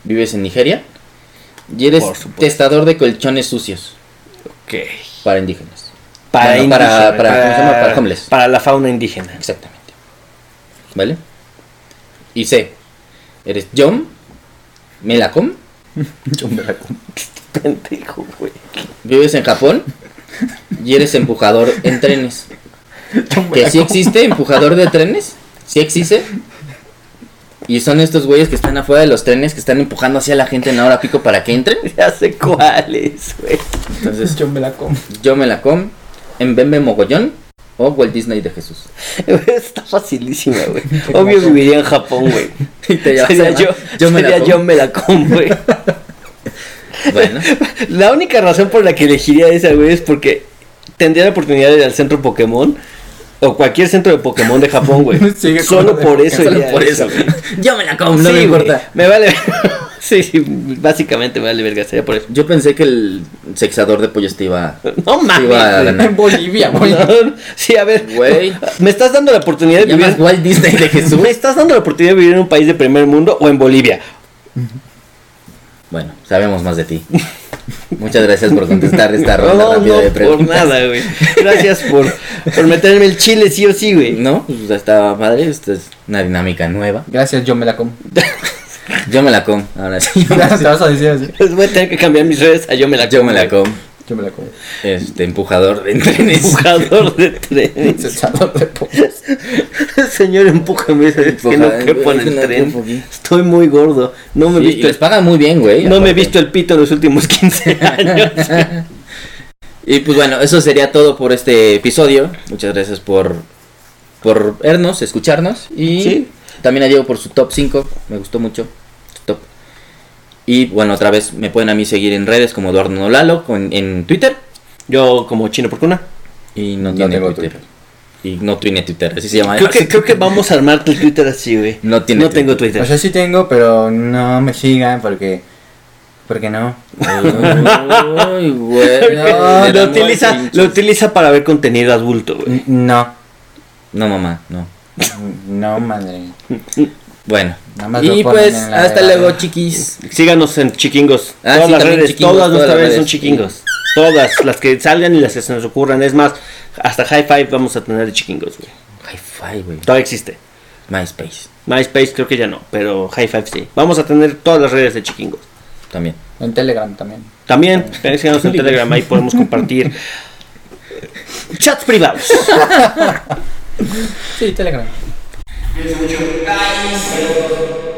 Speaker 4: Vives en Nigeria. Y eres
Speaker 3: Por supuesto.
Speaker 4: testador de colchones sucios
Speaker 3: Ok.
Speaker 4: para indígenas.
Speaker 3: Para,
Speaker 4: Bueno, para-
Speaker 3: indígena,
Speaker 4: para- ¿cómo se llama? Para homeless.
Speaker 3: para la fauna indígena. [laughs]
Speaker 4: Exactamente. ¿Vale? Y C. Eres John Melacom.
Speaker 3: Pendejo, güey.
Speaker 4: Vives en Japón. Y eres empujador en trenes. Que sí existe, empujador de trenes. Sí existe. Y son estos güeyes que están afuera de los trenes que están empujando hacia la gente en la hora pico para que entren.
Speaker 3: Ya sé cuáles, güey. [laughs]
Speaker 4: Entonces,
Speaker 2: Yo me la como.
Speaker 4: yo me la com en Bembe Mogollón o Walt Disney de Jesús.
Speaker 3: Está facilísima, güey. Obvio viviría en Japón,
Speaker 4: [laughs]
Speaker 3: güey.
Speaker 4: [laughs] Y te llevas
Speaker 3: Sería
Speaker 4: a-
Speaker 3: yo,
Speaker 4: [laughs] yo me la
Speaker 3: sería
Speaker 4: com.
Speaker 3: yo me la com, güey.
Speaker 4: [laughs] Bueno,
Speaker 3: La única razón por la que elegiría esa, güey, es porque tendría la oportunidad de ir al centro Pokémon o cualquier centro de Pokémon de Japón,
Speaker 4: [laughs]
Speaker 3: güey.
Speaker 2: Sigue con
Speaker 3: Solo
Speaker 2: lo de
Speaker 3: por eso
Speaker 4: solo
Speaker 3: iría a
Speaker 4: por
Speaker 3: esa,
Speaker 4: eso.
Speaker 3: güey.
Speaker 4: Yo me la com,
Speaker 3: Sí,
Speaker 4: no me
Speaker 3: güey,
Speaker 4: importa.
Speaker 3: Me vale. [laughs] sí, sí, básicamente me vale verga, sería por eso.
Speaker 4: Yo pensé que el sexador de pollos te iba,
Speaker 3: No
Speaker 4: te iba a
Speaker 3: mames.
Speaker 4: ganar.
Speaker 2: En Bolivia, güey.
Speaker 3: güey. [laughs] Sí, a ver.
Speaker 4: Güey.
Speaker 3: Me estás dando la oportunidad de
Speaker 4: ¿Te llamas
Speaker 3: vivir.
Speaker 4: Walt Disney de Jesús?
Speaker 3: ¿Me estás dando la oportunidad de vivir en un país de primer mundo o en Bolivia?
Speaker 4: Bueno, sabemos más de ti. [laughs] Muchas gracias por contestar esta
Speaker 3: [laughs]
Speaker 4: ronda
Speaker 3: No,
Speaker 4: rápida
Speaker 3: no,
Speaker 4: de
Speaker 3: por
Speaker 4: preguntas.
Speaker 3: nada, güey. Gracias por, por meterme el chile, sí o sí, güey.
Speaker 4: [laughs] No, pues está padre, esta es una dinámica nueva.
Speaker 2: Gracias, yo me la [laughs] como.
Speaker 4: Yo me la com, ahora sí.
Speaker 2: Gracias, te vas a decir así.
Speaker 3: Pues voy a tener que cambiar mis redes a yo [laughs] me la
Speaker 4: Yo me la
Speaker 3: güey.
Speaker 4: com,
Speaker 2: Yo me la como.
Speaker 4: este
Speaker 3: [laughs]
Speaker 4: empujador de trenes.
Speaker 3: Empujador de
Speaker 1: [laughs]
Speaker 3: tren.
Speaker 2: Echador de pollos.
Speaker 3: Señor, empújame. Es que no
Speaker 4: Empujador,
Speaker 3: quepo en
Speaker 4: es que
Speaker 3: el
Speaker 4: no
Speaker 3: tren.
Speaker 4: quepo aquí.
Speaker 3: Estoy muy gordo. No me he
Speaker 4: Sí, y
Speaker 3: visto
Speaker 4: les pagan muy bien, güey.
Speaker 3: el, no me he
Speaker 4: aparte.
Speaker 3: visto el pito en los últimos 15 años.
Speaker 4: Y pues bueno, eso sería todo por este episodio. Muchas gracias por por vernos, escucharnos y
Speaker 3: Sí.
Speaker 4: también a Diego por su top 5, me gustó mucho. su Top. Y bueno, otra vez me pueden a mí seguir en redes como Eduardo Nolalo con, en Twitter
Speaker 3: Yo como chino por cuna.
Speaker 4: y no,
Speaker 1: No
Speaker 4: tiene
Speaker 1: tengo
Speaker 4: Twitter. Y no tiene Twitter, así se llama.
Speaker 3: Creo que, creo que vamos a armarte el Twitter así, güey.
Speaker 4: No tiene
Speaker 3: No tengo Twitter.
Speaker 1: O sea, sí tengo, pero no me sigan porque. Porque no.
Speaker 3: [laughs]
Speaker 4: Uy, güey.
Speaker 1: No,
Speaker 4: [laughs]
Speaker 3: lo,
Speaker 4: Era muy
Speaker 3: utiliza,
Speaker 4: pinche.
Speaker 3: lo utiliza para ver contenido adulto, güey.
Speaker 1: N- [laughs] No.
Speaker 4: No, mamá, no.
Speaker 1: No, madre.
Speaker 4: Bueno.
Speaker 1: Nada más
Speaker 4: Y
Speaker 1: lo ponen
Speaker 4: pues,
Speaker 1: en la
Speaker 4: hasta
Speaker 1: regadera.
Speaker 4: luego, chiquis.
Speaker 3: Síganos en Chiquingos.
Speaker 4: Ah,
Speaker 3: todas
Speaker 4: sí,
Speaker 3: las
Speaker 4: también
Speaker 3: redes,
Speaker 4: Chiquingos,
Speaker 3: todas nuestras
Speaker 4: todas las
Speaker 3: redes son
Speaker 4: redes.
Speaker 3: Chiquingos. Todas las que salgan y las que se nos ocurran. Es más, hasta High Five vamos a tener de Chiquingos, güey.
Speaker 4: Hi-Fi, güey.
Speaker 3: Todavía existe.
Speaker 4: MySpace
Speaker 3: MySpace creo que ya no, pero High Five sí. Vamos a tener todas las redes de Chiquingos.
Speaker 4: también.
Speaker 2: En Telegram también.
Speaker 3: También, también síganos en Telegram, ahí podemos compartir chats privados.
Speaker 2: Sí, Telegram.
Speaker 7: Cuídense mucho.